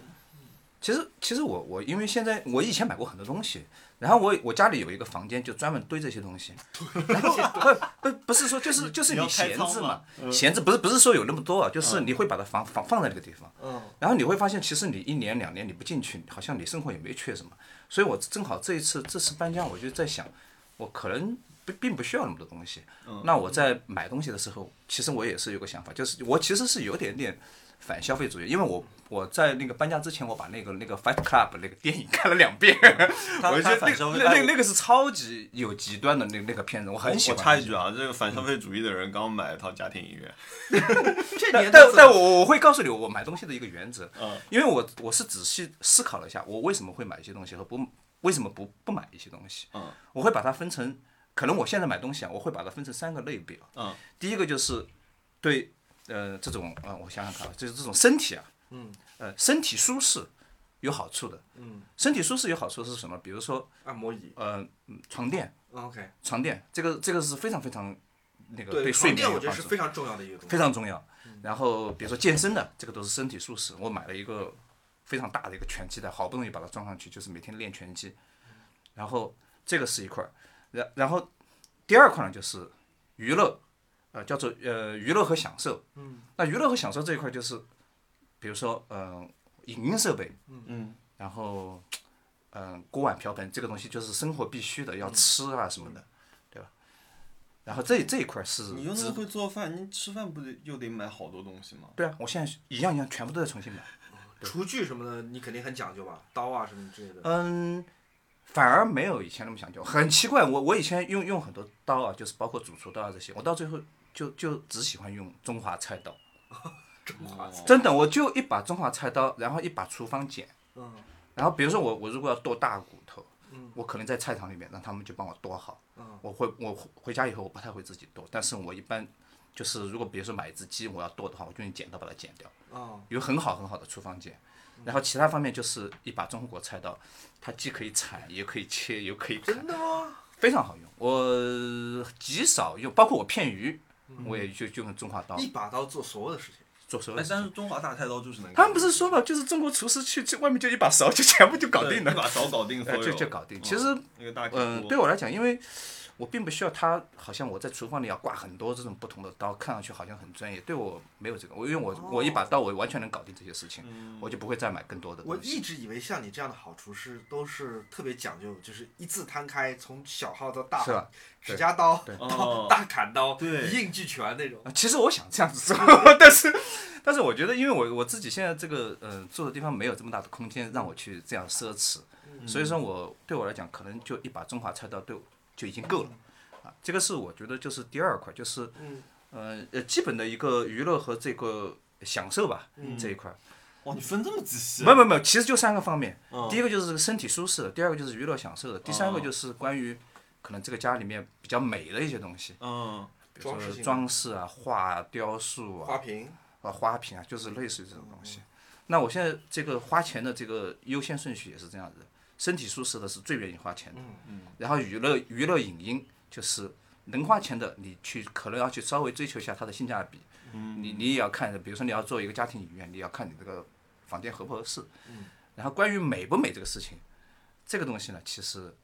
D: 其实其实我我因为现在我以前买过很多东西，然后我我家里有一个房间就专门堆这些东 西，然后不不不是说就是就是
C: 你要
D: 你
C: 开嗯
D: 闲
C: 仓
D: 置
C: 嘛
D: 嘛，闲置不是不是说有那么多啊，
C: 嗯
D: 就是你会把它放放放在那个地方，
B: 嗯，
D: 然后你会发现其实你一年两年你不进去，好像你生活也没缺什么，所以我正好这一次这次搬家我就在想，我可能不并不需要那么多东西，
C: 嗯
D: 那我在买东西的时候，其实我也是有个想法，就是我其实是有点点。反消费主义，因为我我在那个搬家之前，我把那个那个 Fight Club 那个电影看了两遍，
C: 嗯 他
D: 我觉
C: 他
D: 得
C: 反
D: 那
C: 消
D: 个
C: 费
D: 那那那个是超级有极端的那那个片子，我很喜
C: 我
D: 欢。
C: 插一句啊，这个
B: 嗯
C: 反消费主义的人刚买了套家庭影院，
B: 这
D: 但
B: 年代
D: 但但我我会告诉你我买东西的一个原则，
C: 嗯
D: 因为我我是仔细思考了一下，我为什么会买一些东西和不为什么不不买一些东西，
C: 嗯
D: 我会把它分成可能我现在买东西啊，我会把它分成三个类别。
C: 嗯，
D: 第一个就是对呃这种呃，我想想看啊，就是这种身体啊，
B: 嗯，
D: 呃身体舒适有好处的。
B: 嗯，
D: 身体舒适有好处是什么？比如说
B: 按摩椅
D: 呃嗯床垫，
B: ，OK，
D: 床垫这个这个是非常非常那个
B: 对，
D: 睡
B: 床
D: 眠啊
B: 垫
D: 有
B: 我觉得
D: 帮
B: 是
D: 助。
B: 非常重要的一个东西
D: 非。常重要。然后比如说健身的，这个都是身体舒适。我买了一个非常大的一个拳击的，好不容易把它装上去，就是每天练拳击。然后这个是一块儿，然然后第二块呢就是娱乐，呃，叫做呃娱乐和享受。
B: 嗯，
D: 那娱乐和享受这一块就是，比如说呃影音设备，
C: 嗯，
D: 然后嗯、呃锅碗瓢盆这个东西就是生活必须的，要吃啊什么的，对吧？然后这这一块是
C: 你又那
D: 值
C: 么会做饭，你吃饭不得又得买好多东西吗？
D: 对啊，我现在一样一样全部都在重新买。
B: 厨具什么的你肯定很讲究吧，刀啊什么之类的。
D: 嗯，反而没有以前那么讲究，很奇怪。我我以前用用很多刀啊，就是包括主厨刀啊这些，我到最后就就只喜欢用中华菜刀。
B: 中华菜，
D: 真的，我就一把中华菜刀，然后一把厨房剪。
B: 嗯
D: 然后比如说我我如果要剁大骨头，
B: 嗯
D: 我可能在菜场里面让他们就帮我剁好。
B: 嗯
D: 我会我回回家以后我不太会自己剁，但是我一般就是如果比如说买一只鸡我要剁的话，我就用剪刀把它剪掉。
B: 哦，
D: 有很好很好的厨房间。然后其他方面就是一把中国菜刀，它既可以铲，也可以切，也可以砍
B: 真，的吗？
D: 非常好用。我极少用，包括我片鱼，
B: 嗯
D: 我也就就用中华刀
B: 一把刀做所有的事情，
D: 做所有
C: 哎
D: 的，事
C: 但
D: 情。
C: 是中华大菜刀就是能。
D: 他们不是说嘛，就是中国厨师去去外面就一把勺就全部就搞定
C: 对一
D: 了，
C: 把勺搞定所
D: 哎
C: 有，嗯
D: 就就搞定。其实，
B: 哦
C: 那个大铁
D: 嗯，
C: 锅
D: 对我来讲，因为我并不需要它，好像我在厨房里要挂很多这种不同的刀，看上去好像很专业。对我没有这个，我因为我我
B: 哦
D: 一把刀，我完全能搞定这些事情，我就不会再买更多的
B: 嗯我
D: 东西。
B: 一直以为像你这样的好厨师都是特别讲究，就是一字摊开，从小号到大
D: 是吧
B: 号，指甲刀、
C: 哦
B: 刀大砍刀，
C: 对
B: 一应俱全那种。
D: 啊，其实我想这样子
B: 嗯
D: 做， 但是，但是我觉得，因为我我自己现在这个呃住的地方没有这么大的空间让我去这样奢侈，
B: 嗯
D: 所以说我对我来讲，可能就一把中华菜刀对我就已经够了，啊，这个是我觉得就是第二块，就是
B: 嗯
D: 呃呃基本的一个娱乐和这个享受吧、
B: 嗯
D: 这一块，
C: 哇，你分这么仔细啊
D: 没有没有没有，其实就三个方面，
C: 嗯
D: 第一个就是身体舒适的，第二个就是娱乐享受的，第三
B: 嗯
D: 个
C: 哦
D: 就是关于可能这个家里面比较美的一些东西，
C: 嗯，
D: 比如
B: 装饰
D: 说
B: 性的
D: 装饰啊、画啊、雕塑啊、
B: 花瓶，
D: 啊花瓶啊，就是类似于这种东西。那我现在这个花钱的这个优先顺序也是这样子的，身体舒适的是最愿意花钱的，然后娱乐娱乐影音就是能花钱的，你去可能要去稍微追求一下它的性价比，你你也要看，比如说你要做一个家庭影院，你要看你这个房间合不合适，然后关于美不美这个事情，这个东西呢，其实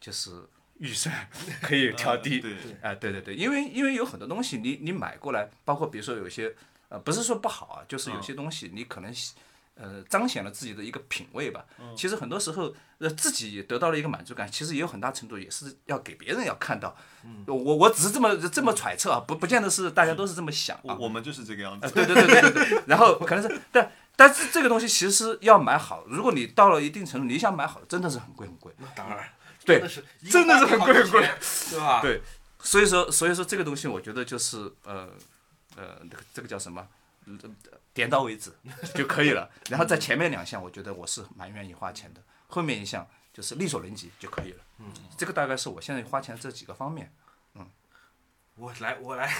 D: 就是预算 可以调低，
C: 嗯对
D: 啊，对对对，因为因为有很多东西你你买过来，包括比如说有些呃不是说不好啊，就是
B: 嗯
D: 有些东西你可能喜呃彰显了自己的一个品味吧。
B: 嗯
D: 其实很多时候呃自己得到了一个满足感，其实也有很大程度也是要给别人要看到。
B: 嗯
D: 我我只是这么这么揣测啊，不不见得是大家都是这么想
C: 我
D: 啊。
C: 我们就是这个样
D: 啊，
C: 子。
D: 对对对对对对，然后可能是但。但是这个东西其实要买好，如果你到了一定程度，你想买好，真的是很贵很贵。
B: 那当然，
D: 对
B: 真的是一个
D: 真的是很贵
B: 花瓶
D: 很贵
B: 好几千，对吧？
D: 对所以说，所以说这个东西，我觉得就是呃呃，那个这个叫什么？呃点到为止就可以了。 然后在前面两项，我觉得我是蛮愿意花钱的，后面一项就是力所能及就可以了。嗯，这个大概是我现在花钱这几个方面。
B: 我来，我来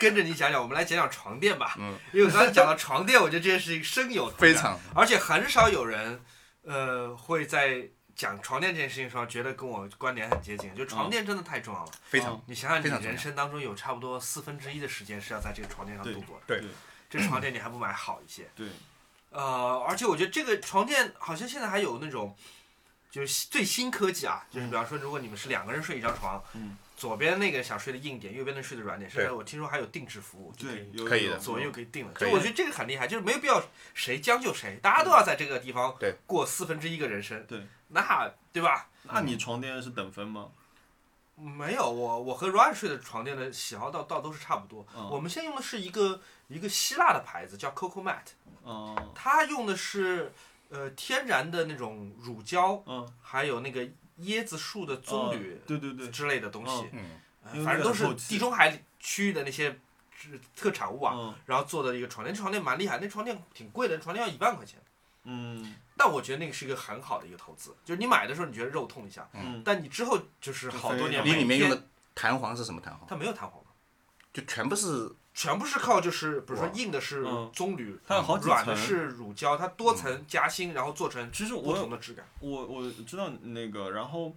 B: 跟着你讲讲，我们来讲讲床垫吧。嗯，因为我刚才讲到床垫，我觉得这件事情深有同感
D: 非常，
B: 而且很少有人，呃，会在讲床垫这件事情的时候觉得跟我观点很接近。就床垫真的太重要了，
D: 非常
C: 嗯
B: 你想想，你
D: 非常重要
B: 人生当中有差不多四分之一的时间是要在这个床垫上
C: 对
B: 度过的，
D: 对
C: 对
B: 这床垫你还不买好一些？
C: 对，
B: 呃，而且我觉得这个床垫好像现在还有那种，就是最新科技啊，就是比方说，如果你们是两个人睡一张床，
C: 嗯
B: 左边那个想睡的硬点，右边的睡的软点，现在
D: 对
B: 我听说还有定制服务，就可
C: 对
B: 以，
C: 有
D: 可以的嗯
C: 有
B: 左右可以定了。
D: 可以
B: 就我觉得这个很厉害，就是没有必要谁将就谁，大家都要在这个地方
D: 对
B: 过四分之一个人生，
C: 对，
B: 那对吧？
C: 那你床垫是等分吗？
B: 没有我，我和 Ryan 睡的床垫的喜好倒倒都是差不多。
C: 嗯
B: 我们现在用的是一个一个希腊的牌子，叫 Coco Mat，
C: 嗯
B: 它用的是呃天然的那种乳胶，
C: 嗯，
B: 还有那个椰子树的棕榈
C: 哦对对对，
B: 之类的东西，
D: 嗯，
B: 呃
C: 因为
B: 反正都
C: 很
B: 是
C: 后期
B: 地中海区域的那些植特产物啊。
C: 嗯
B: 然后做的一个床垫，那床垫蛮厉害，那床垫挺贵的，那床垫要一万块钱。
C: 嗯
B: 但我觉得那个是一个很好的一个投资，就是你买的时候你觉得肉痛一下，
C: 嗯，
B: 但你之后就是好多年
D: 你
C: 就非
B: 每
D: 里面用的弹簧是什么弹簧？
B: 它没有弹簧吧，
D: 就全部是
B: 全部是靠就是比如说
D: 哇
B: 硬的是
C: 嗯
B: 棕榈，
C: 它有好几
B: 软的
C: 层
B: 是乳胶，它
D: 嗯
B: 多层夹心，然后做成
C: 其实
B: 不
C: 我
B: 同的质感。
C: 我我知道那个，然后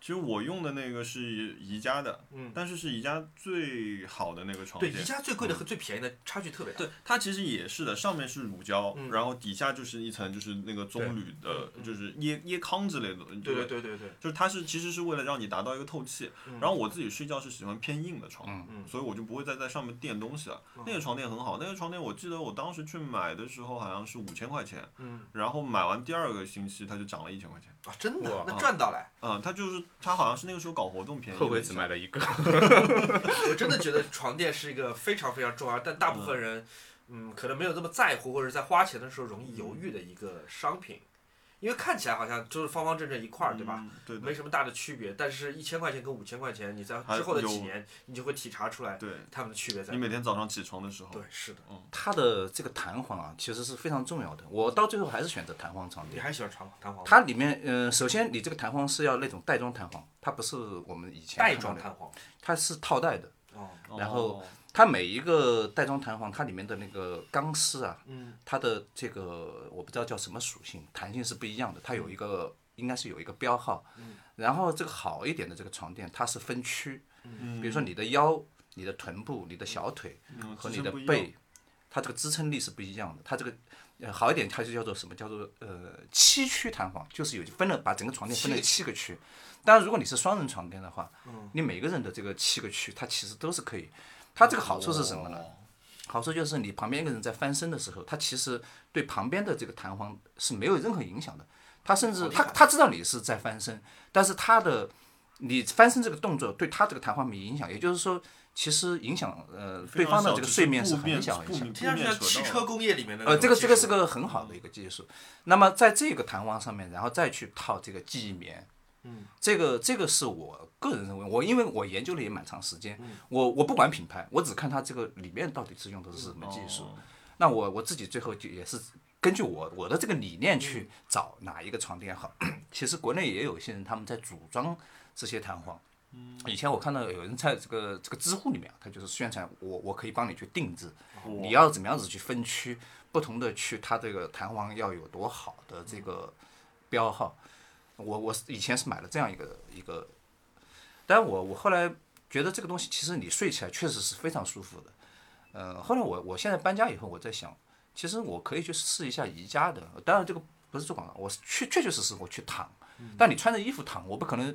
C: 其实我用的那个是宜家的，
B: 嗯，
C: 但是是宜家最好的那个床
B: 对，
C: 垫。
B: 宜家最
D: 嗯
B: 贵的和最便宜的差距特别大。
C: 对，它其实也是的，上面是乳胶，
B: 嗯
C: 然后底下就是一层就是那个棕榈的，就是椰椰糠之类的东西。
B: 对对对对对，
C: 就是它是其实是为了让你达到一个透气。
B: 嗯
C: 然后我自己睡觉是喜欢偏硬的床，
B: 嗯
C: 所以我就不会再在上面垫东西了。那个床垫很好，那个床垫我记得我当时去买的时候好像是五千块钱，
B: 嗯
C: 然后买完第二个星期它就涨了一千块钱。
B: 啊，真的
D: 哇，
B: 那赚到了。
C: 嗯，它就是它好像是那个时候搞活动便宜了一下，
D: 后悔只买了一个。
B: 我真的觉得床垫是一个非常非常重要，但大部分人，嗯，可能没有这么在乎，或者在花钱的时候容
C: 嗯
B: 易犹豫的一个商品，因为看起来好像就是方方正正一块儿，对吧？
C: 嗯？对
B: 没
C: 的，
B: 什么大的区别，但是一千块钱跟五千块钱，你在
C: 还
B: 之后的
C: 有
B: 几年，你就会体察出来
C: 对。
B: 它们的区别在
C: 你
B: 哪。
C: 每天早上起床的时候，
B: 对，是的，
D: 它的这个弹簧啊，其实是非常重要的。我到最后还是选择弹簧床
B: 你
D: 垫。
B: 还喜欢弹簧弹簧？
D: 它里面，嗯、首先你这个弹簧是要那种袋装弹簧，它不是我们以前
B: 带
D: 看
B: 状
D: 到的
B: 弹簧
D: 它是套带的。
B: 哦，
D: 然后
C: 哦
D: 它每一个袋装弹簧，它里面的那个钢丝啊，
B: 嗯
D: 它的这个我不知道叫什么属性，弹性是不一样的。它有一个应该是有一个标号，
B: 嗯
D: 然后这个好一点的这个床垫，它是分区，
C: 嗯
D: 比如说你的腰、你的臀部、你的小腿
C: 嗯
D: 和
C: 支
D: 你
C: 撑
D: 的
C: 不一样
D: 背，它这个支撑力是不一样的。它这个呃好一点，它就叫做什么？叫做呃七区弹簧，就是有分了把整个床垫分了七个区。当然，如果你是双人床垫的话，
C: 嗯
D: 你每个人的这个七个区，它其实都是可以。它这个好处是什么呢？
C: 哦
D: 好处就是你旁边一个人在翻身的时候，他其实对旁边的这个弹簧是没有任何影响的。他甚至他他知道你是在翻身，但是他的你翻身这个动作对他这个弹簧没影响，也就是说，其实影响呃对方的这个睡眠是很小很小。
B: 听上去像汽车工业里面的那
D: 呃，
B: 种
D: 这个
B: 技
D: 这个
B: 术
D: 是个很好的一个技术。那么在这个弹簧上面，然后再去套这个记忆棉，嗯，这个这个是我个人认为，我因为我研究了也蛮长时间，我我不管品牌，我只看它这个里面到底是用的是什么技术。那我我自己最后就也是根据我我的这个理念去找哪一个床垫好。 其实国内也有一些人他们在组装这些弹簧。以前我看到有人在这个这个知乎里面啊，他就是宣传我我可以帮你去定制，你要怎么样子去分区，不同的区它这个弹簧要有多好的这个标号。我我以前是买了这样一个一个，但我我后来觉得这个东西其实你睡起来确实是非常舒服的。呃，后来我我现在搬家以后，我在想，其实我可以去试一下宜家的，当然这个不是做广告，我是确确确实实我去躺，但你穿着衣服躺，我不可能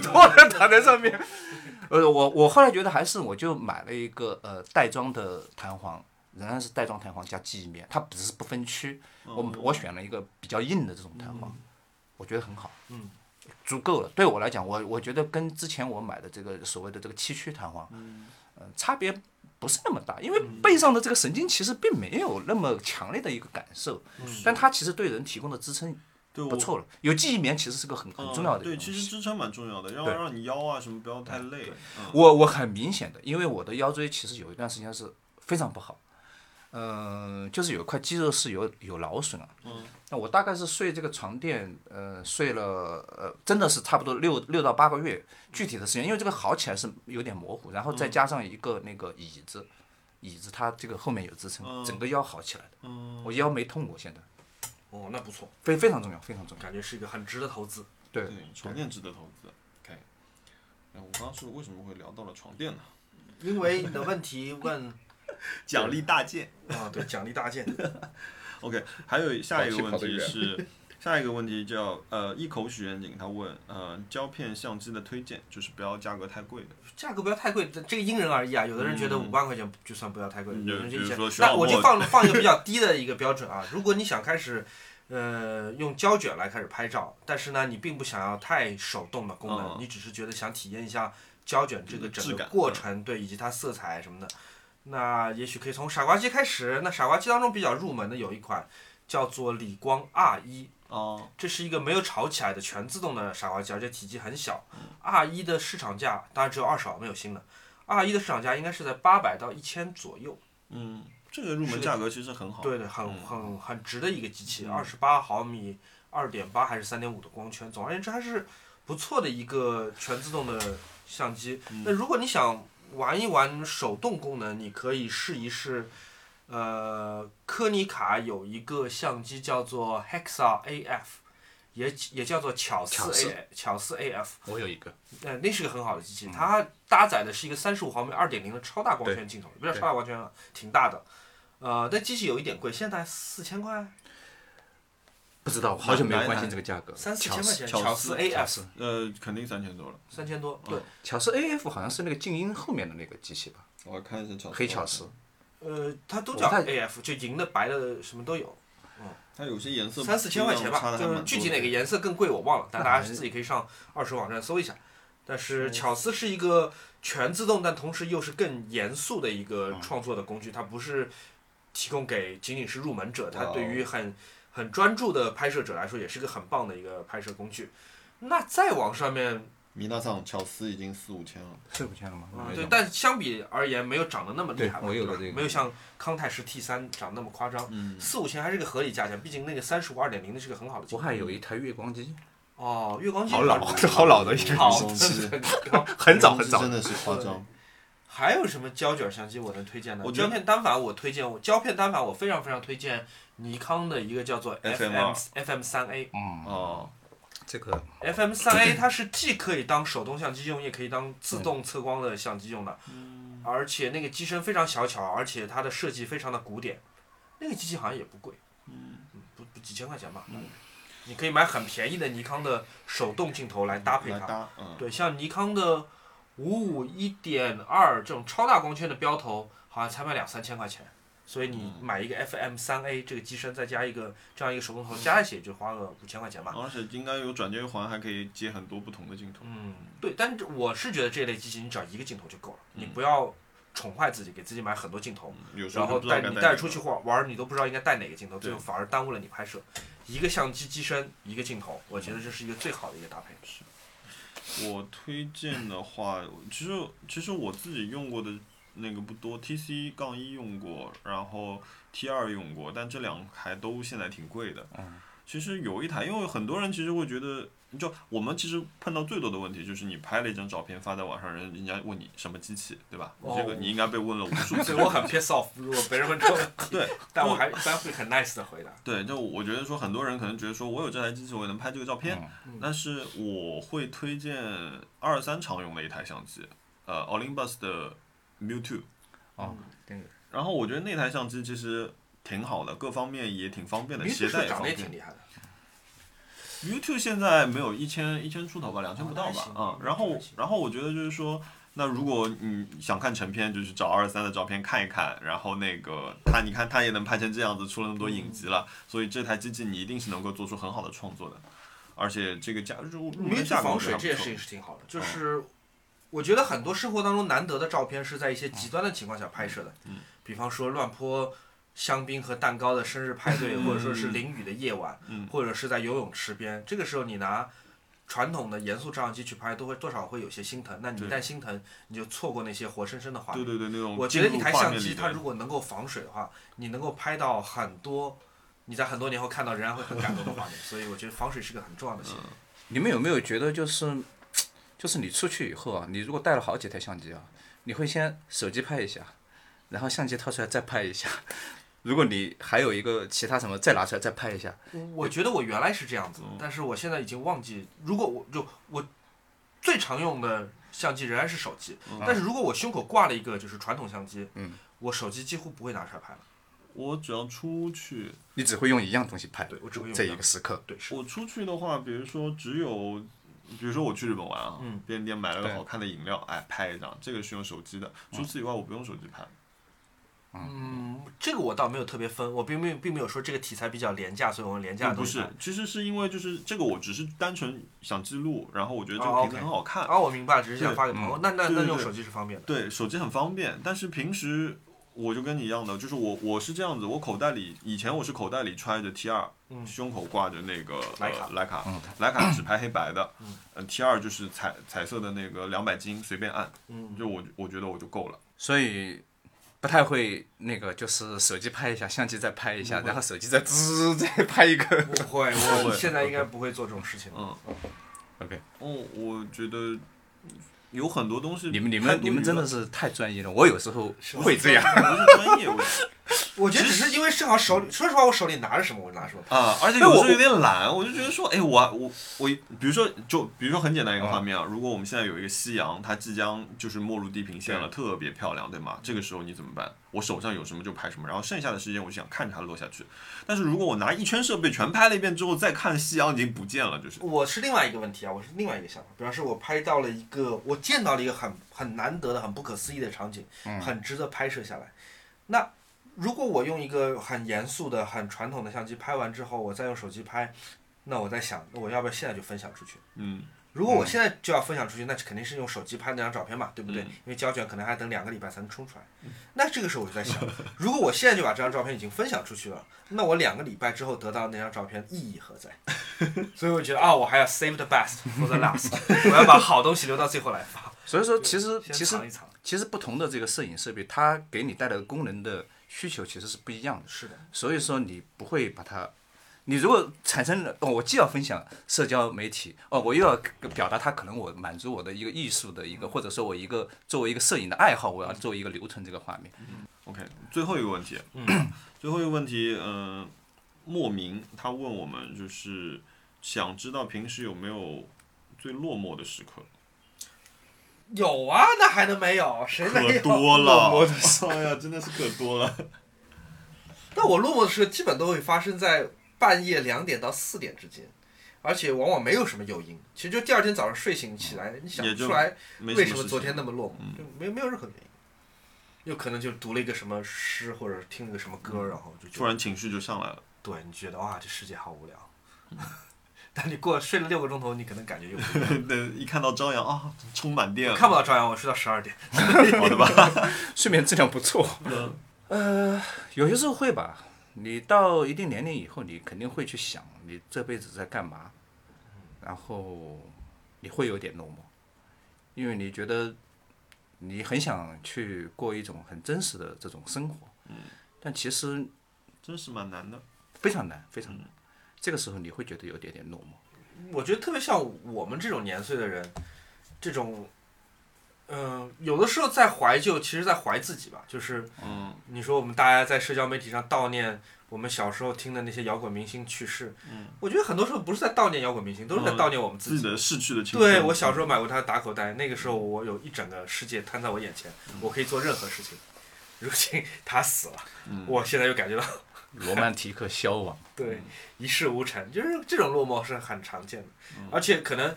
D: 脱了躺在上面。 呃，我我后来觉得还是我就买了一个呃袋装的弹簧，仍然是袋装弹簧加记忆棉，它只是不分区。我我选了一个比较硬的这种弹簧，我觉得很好，
B: 嗯，
D: 足够了。对我来讲，我我觉得跟之前我买的这个所谓的这个七区弹簧，呃，差别不是那么大，因为背上的这个神经其实并没有那么强烈的一个感受，但它其实对人提供的支撑
C: 对哦
D: 不错了。有记忆棉其实是个很很重要的一
C: 嗯对，
D: 个东
C: 其实
D: 西。
C: 支撑蛮重要的，要
D: 对
C: 让你腰啊什么不要太累。嗯
D: 我我很明显的，因为我的腰椎其实有一段时间是非常不好，嗯、就是有一块肌肉是有有劳损啊。
C: 嗯。
D: 那我大概是睡这个床垫，呃，睡了呃，真的是差不多六六到八个月，具体的时间，因为这个好起来是有点模糊，然
C: 嗯
D: 后再加上一个那个椅子，椅子它这个后面有支撑，整个腰好起来的。
C: 嗯，
D: 我腰没痛过，现在
B: 哦，那不错，
D: 非非常重要，非常重要。
B: 感觉是一个很值得投资。
D: 对
C: 对，床垫值得投资。OK，哎，我刚刚是为什么会聊到了床垫呢？
B: 因为你的问题问
C: 奖励大件。
B: 啊，对，奖励大件，
C: OK，还有下一
A: 跑
C: 个
A: 去
C: 问
A: 跑得
C: 题
A: 远
C: 是，下一个问题叫呃一口许愿景，他问呃胶片相机的推荐，就是不要价格太贵的。
B: 价格不要太贵，这这个因人而异啊。有的人觉得
C: 嗯
B: 五万块钱就算不要太贵，
C: 嗯
B: 有人就一
C: 比
B: 千
C: 如说。徐
B: 那
C: 浩
B: 我就
C: 墨
B: 放放一个 比较低的一个标准啊。如果你想开始，呃，用胶卷来开始拍照，但是呢，你并不想要太手动的功能，
C: 嗯
B: 你只是觉得想体验一下胶卷这个整
C: 质
B: 个
C: 感嗯
B: 过程，对，以及它色彩什么的。那也许可以从傻瓜机开始。那傻瓜机当中比较入门的有一款叫做理光 R 一，
C: 哦，
B: 这是一个没有炒起来的全自动的傻瓜机，而且体积很小。R 一的市场价当然只有二手，没有新的。R 一的市场价应该是在八百到一千左右，
C: 嗯，这个入门价格其实很好。嗯
B: 对对，很
D: 嗯
B: 很很值的一个机器，二十八毫米、二点八还是三点五的光圈，总而言之还是不错的一个全自动的相机。
D: 嗯
B: 那如果你想玩一玩手动功能，你可以试一试。呃，柯尼卡有一个相机叫做 Hexa AF，也也叫做巧
D: 巧
B: 思
D: 思
B: A 巧思 AF，
D: 我有一个，
B: 呃，那是个很好的机器，它搭载的是一个三十五毫米二点零的超大光圈镜头，不是超大光圈啊，挺大的。呃，但机器有一点贵，现在四千块，
D: 不知道，我好久没有
C: 哪一
D: 关心
C: 台
D: 这个价格。
B: 三四
D: 巧
B: 千块
D: 思
B: 钱，
C: 巧
B: 巧
C: 思
B: 思
D: 巧
B: AF
D: 思，
C: 呃，肯定三千多了。
B: 三千多，对，
D: 巧思 AF 好像是那个静音后面的那个机器吧？
C: 我看一下巧思，
D: 黑巧思，
B: 呃，它都
D: 我
B: 叫
D: 看
B: AF，就银的、白的，什么都有，
C: 它有些颜色
B: 三四千块
C: 差
B: 钱吧，
C: 得还
B: 就是
C: 蛮
B: 具
C: 多
B: 体
C: 的
B: 哪个颜色更贵我忘了，但
D: 那
B: 大家
D: 还是
B: 自己可以上二手网站搜一下。但是巧思是一个全自动，但同时又是更严肃的一个
D: 嗯
B: 创作的工具，它不是提供给仅仅是入门者，它
C: 哇哦
B: 对于很很专注的拍摄者来说，也是个很棒的一个拍摄工具。那再往上面，
C: 米娜桑巧思已经四五千了，
D: 四五千了吗？
C: 嗯
D: 没
B: 对
D: 有，
B: 但相比而言没有涨得那么厉
D: 对
B: 害吧，
D: 我有
B: 对
D: 个
B: 吧
D: 这个
B: 没有像康泰时 T 三涨那么夸张，
C: 嗯，
B: 四五千还是个合理价钱，毕竟那个三十五二点零的是个很好的镜
D: 我
B: 头。
D: 还有一台月光机，
B: 哦，月光 机
D: 好老， 这好老的一个
B: 好
D: 机器，
C: 真
D: 很早很
C: 这
D: 早。
C: 真的是夸张。
B: 还有什么胶卷相机我能推荐的？
C: 我觉得
B: 胶片单反我推荐，我胶片单反我非常非常推荐尼康的一个叫做
C: FM2
B: FM 三 A。
D: 嗯，
C: 哦，
D: 这个
B: FM 三 A 它是既可以当手动相机用，也可以当自动测光的相机用的，而且那个机身非常小巧，而且它的设计非常的古典。那个机器好像也不贵，嗯，不不几千块钱吧。你可以买很便宜的尼康的手动镜头来搭配
C: 来
B: 它。
C: 搭，嗯，
B: 对，像尼康的五五一点二这种超大光圈的标头，好像才卖两三千块钱。所以你买一个 FM 三 A 这个机身，再加一个这样一个手动头，加一起也就花个五千块钱吧。
C: 而且应该有转接环，还可以接很多不同的镜头。
B: 嗯，对，但是我是觉得这类机器你只要一个镜头就够了，你不要宠坏自己，给自己买很多镜头，
C: 嗯有时候
B: 然后
C: 就不知道
B: 带
C: 该
B: 你
C: 哪
B: 带
C: 个
B: 出去玩玩儿，你都不知道应该带哪个镜头，
C: 对
B: 最后反而耽误了你拍摄。一个相机机身，一个镜头，我觉得这是一个最好的一个搭配。
C: 我推荐的话，其实其实我自己用过的那个不多，TC 杠一用过，然后 T 二用过，但这两台都现在挺贵的。嗯。其实有一台，因为很多人其实会觉得，就我们其实碰到最多的问题就是你拍了一张照片发在网上，人人家问你什么机器，对吧？你这个
B: 哦
C: 你应该被问了无数 次
B: 所以。我很 piss off，如果别人问这个问题，
C: 对，
B: 但我还一般会很 nice 的 回答。
C: 对，就我觉得说，很多人可能觉得说我有这台机器，我也能拍这个照片，
B: 嗯
C: 但是我会推荐二三常用的一台相机，呃，Olympus 的 Mu Two。
D: 哦，
C: 然后我觉得那台相机其实挺好的，各方面也挺方便的，
B: 米
C: 携
B: 叔
C: 带也
B: 长
C: 方
B: 得也
C: 便。
B: 挺厉害的，
C: U two 现在没有一千一千出头吧，两千不到吧，
B: 哦那还行
C: 嗯，然后
B: 还行
C: 然后我觉得就是说，那如果你嗯想看成片，就是找二三的照片看一看，然后那个他你看他也能拍成这样子，出了那么多影集
B: 嗯
C: 了，所以这台机器你一定是能够做出很好的创作的，而且这个价入入
B: 米
C: 门
B: 叔
C: 价格
B: 防
C: 我觉
B: 水
C: 得
B: 这件
C: 还不错。嗯
B: 事情是挺好的，就是我觉得很多生活当中难得的照片是在一些极端的情况下拍摄的，
C: 嗯
B: 比方说乱泼香槟和蛋糕的生日派对，或者说是淋雨的夜晚，
C: 嗯
B: 或者是在游泳池边，这个时候你拿。传统的严肃照相机去拍，都会多少会有些心疼。那你
C: 对
B: 一旦心疼，你就错过那些活生生的画面。
C: 对对对，那种
B: 我觉得
C: 进
B: 一
C: 入
B: 台
C: 画
B: 相
C: 面里
B: 机，
C: 的
B: 它如果能够防水的话，你能够拍到很多，你在很多年后看到仍然会很感动的画面。所以我觉得防水是个很重要的行为。
D: 你们有没有觉得就是，就是你出去以后啊，你如果带了好几台相机啊，你会先手机拍一下，然后相机掏出来再拍一下， 如果你还有一个其他什么再拿出来再拍一下，
C: 嗯
B: 我觉得我原来是这样子，但是我现在已经忘记。如果我就我最常用的相机仍然是手机，
C: 嗯
B: 但是如果我胸口挂了一个就是传统相机，
D: 嗯
B: 我手机几乎不会拿出来拍了。
C: 我只要出去，
D: 你只会用一样东西拍，
B: 对我只会用
D: 这
B: 一
D: 一
B: 样
D: 个时刻。
B: 对，是。
C: 我出去的话，比如说只有，比如说我去日本玩啊，
B: 嗯
C: 便利店买了个
D: 对
C: 好看的饮料，哎，拍一张，这个是用手机的。除此以外，我不用手机拍。
B: 嗯，这个我倒没有特别分，我并没有并没有说这个题材比较廉价，所以我们廉价
C: 并嗯
B: 的
C: 不
B: 东西
C: 是
B: 拍。，
C: 其实是因为就是这个，我只是单纯想记录，然后我觉得这个
B: 哦
C: 瓶子
B: ，OK
C: 很好看。
B: 啊，我明白，只是想发给朋友。那那
C: 对
B: 那
C: 对
B: 用
C: 对
B: 手机是方便的。
C: 对，手机很方便，但是平时我就跟你一样的，就是我我是这样子，我口袋里以前我是口袋里揣着 T 二、
B: 嗯
C: 胸口挂着那个
B: 徕卡
C: 呃徕卡，徕卡只拍黑白的，嗯，T 二就是彩彩色的那个两百斤，随便按，
B: 嗯
C: 就我我觉得我就够了。
D: 所以不太会那个，就是手机拍一下，相机再拍一下，然后手机再滋再拍一个。
B: 不会，
C: 不
B: 我
C: 会
B: 现在应该不会做这种事情了。
C: 嗯，
D: OK，
C: 哦，我觉得有很多东西
D: 你们你
C: 太
D: 们
C: 多
D: 你
C: 余
D: 们真的
C: 了
D: 是太专业了，我有时候会这 样。
C: 不是专业我
B: 我觉得只是因为正好手里，说实话，我手里拿着什么，我拿什么。
C: 啊，而且有时候有点懒，我就觉得说，哎，我我我，比如说就比如说很简单一个画面啊，如果我们现在有一个夕阳，它即将就是没入地平线了，特别漂亮，对吗？这个时候你怎么办？我手上有什么就拍什么，然后剩下的时间我就想看着它落下去。但是如果我拿一圈设备全拍了一遍之后，再看夕阳已经不见了，就是
B: 我是另外一个问题啊，我是另外一个想法。比方说，我拍到了一个，我见到了一个很很难得的、很不可思议的场景，很值得拍摄下来。那如果我用一个很严肃的、很传统的相机拍完之后，我再用手机拍，那我在想，那我要不要现在就分享出去？
C: 嗯，
B: 如果我现在就要分享出去，那肯定是用手机拍那张照片嘛，对不对？因为胶卷可能还等两个礼拜才能冲出来。那这个时候我就在 想，如果我现在就把这张照片已经分享出去了，那我两个礼拜之后得到那张照片意义何在？所以我觉得啊，我还要 save the best for the last，我要把好东西留到最后来发，
D: 所以说，其实
B: 先
D: 其实
B: 藏一藏。
D: 其实不同的这个摄影设备，它给你带来的功能的需求其实是不一样的。
B: 是的，
D: 所以说你不会把它，你如果产生了，哦，我既要分享社交媒体，哦，我又要表达它，可能我满足我的一个艺术的一个，或者说我一个作为一个摄影的爱好，我要作为一个留存这个画面。
C: OK，最后一个问题， 最后一个问题，嗯、莫名他问我们就是想知道平时有没有最落寞的时 刻，
B: 有啊，那还能没有？谁没
C: 可
B: 有？
C: 多了
A: 落寞，
C: 哎呀，真的是可多了。
B: 但我落寞的时刻基本都会发生在半夜两点到四点之间，而且往往没有什么诱因。其实就第二天早上睡醒起来，你想
C: 也
B: 不
C: 就
B: 出来
C: 没
B: 为
C: 什
B: 什
C: 么
B: 么
C: 事
B: 昨
C: 情嗯
B: 天那么落寞，就没没有任何原因。有可能就读了一个什么诗，或者听了个什么歌，然后就觉
C: 嗯突
B: 得
C: 然情绪就上来了。
B: 对你觉得哇，这世界好无聊。 但你过睡了六个钟头，你可能感觉 又不一样
C: 对，一看到朝阳啊，充满电了，
B: 看不到朝阳，我睡到十二点。
C: 好的吧？
D: 睡眠质量不错。呃，有些时候会吧。你到一定年龄以后，你肯定会去想你这辈子在干嘛，然后你会有点落寞，因为你觉得你很想去过一种很真实的这种生活，但其实
C: 真是蛮难的。
D: 非常难，非常难。这个时候你会觉得有点点落寞，
B: 我觉得特别像我们这种年岁的人，这种，嗯、有的时候在怀旧，其实在怀自己吧。就是
C: 嗯，
B: 你说我们大家在社交媒体上悼念我们小时候听的那些摇滚明星去世，
C: 嗯，
B: 我觉得很多时候不是在悼念摇滚明星，都是在
C: 嗯
B: 悼念我们
C: 自
B: 自
C: 己
B: 己。
C: 的逝去的青春。
B: 对我小时候买过他的打口袋，那个时候我有一整个世界摊在我眼前，我可以做任何事情。如今 他死了，
C: 嗯
B: 我现在又感觉到
D: 罗曼蒂克消亡。
B: 对，一事无成，就是这种落寞是很常见的，而且可能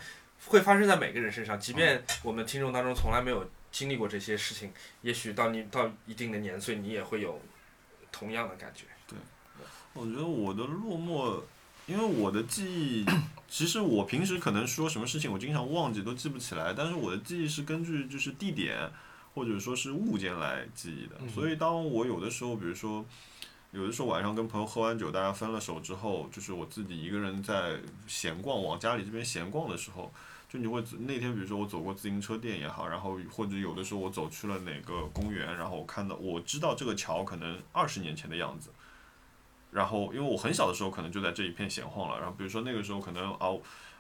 B: 会发生在每个人身上，即便我们听众当中从来没有经历过这些事情，也许到你到一定的年岁，你也会有同样的感觉。
C: 我觉得我的落寞，因为我的记忆，其实我平时可能说什么事情我经常忘记，都记不起来。但是我的记忆是根据就是地点或者说是物件来记忆的。所以当我有的时候，比如说。有的时候晚上跟朋友喝完酒，大家分了手之后，就是我自己一个人在闲逛，往家里这边闲逛的时候，就你会那天，比如说我走过自行车店也好，然后或者有的时候我走去了哪个公园，然后我看到我知道这个桥可能二十年前的样子，然后因为我很小的时候可能就在这一片闲晃了，然后比如说那个时候可能啊，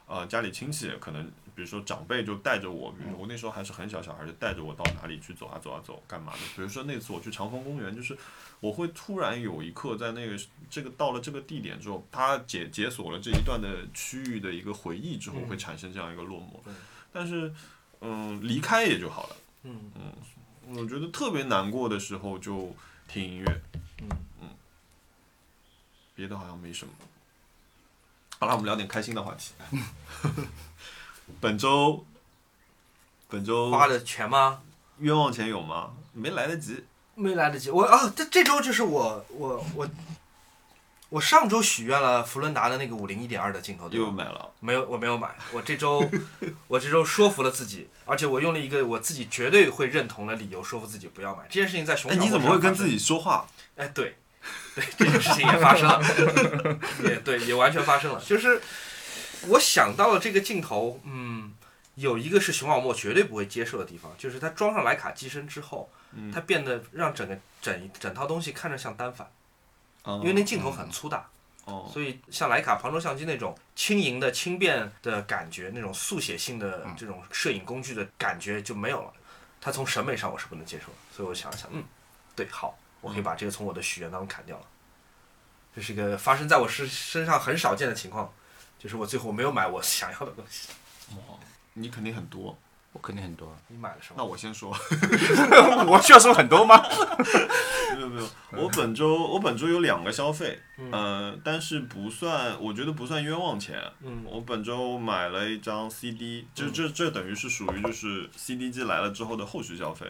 C: 呃家里亲戚可能比如说长辈就带着我，比如说我那时候还是很小小孩，就带着我到哪里去走啊走啊走啊干嘛的。比如说那次我去长风公园，就是我会突然有一刻在那个这个到了这个地点之后，它解解锁了这一段的区域的一个回忆之后，会产生这样一个落寞。但是嗯，离开也就好了。
B: 嗯
C: 我觉得特别难过的时候就听音乐，
B: 嗯
C: 别的好像没什么。好了，我们聊点开心的话 题。本周，本周
B: 花的全吗？
C: 冤枉钱有吗？没来得及。
B: 没来得及，我啊，这这周就是我我我我上周许愿了福伦达的那个五零一点二的镜头，哦对吧啊
C: 又买了，
B: 没有，我没有买。我这周， 我这周说服了自己，而且我用了一个我自己绝对会认同的理由说服自己不要买这件事情。在熊
C: 哎，
B: 掌
C: 你
B: 握
C: 怎么
B: 上
C: 会跟
B: 发生
C: 自己说话？
B: 哎，对，对，这件事情也发生了， 也对，也完全发生了。就是我想到了这个镜头，嗯，有一个是熊宝莫绝对不会接受的地方，就是它装上徕卡机身之后，
C: 嗯
B: 它变得让整个整整套东西看着像单反，
C: 因
B: 嗯因为那镜头很粗大，
C: 哦，
B: 所以像徕卡、旁轴相机那种轻盈的、轻便的感觉，那种速写性的这种摄影工具的感觉就没有了。它从审美上我是不能接受的，所以我想了想，嗯，对，好，我可以把这个从我的许愿当中砍掉了。这是一个发生在我身身上很少见的情况，就是我最后没有买我想要的东西。
C: 你肯定很多。
D: 我肯定很多。
B: 你买了什么？
C: 那我先说，
D: 我需要说很多吗？
C: 没有没有，我本周我本周有两个消费，呃，但是不算，我觉得不算冤枉钱。
B: 嗯
C: 我本周买了一张 CD，这这这等于是属于就是 CD 机来了之后的后续消费。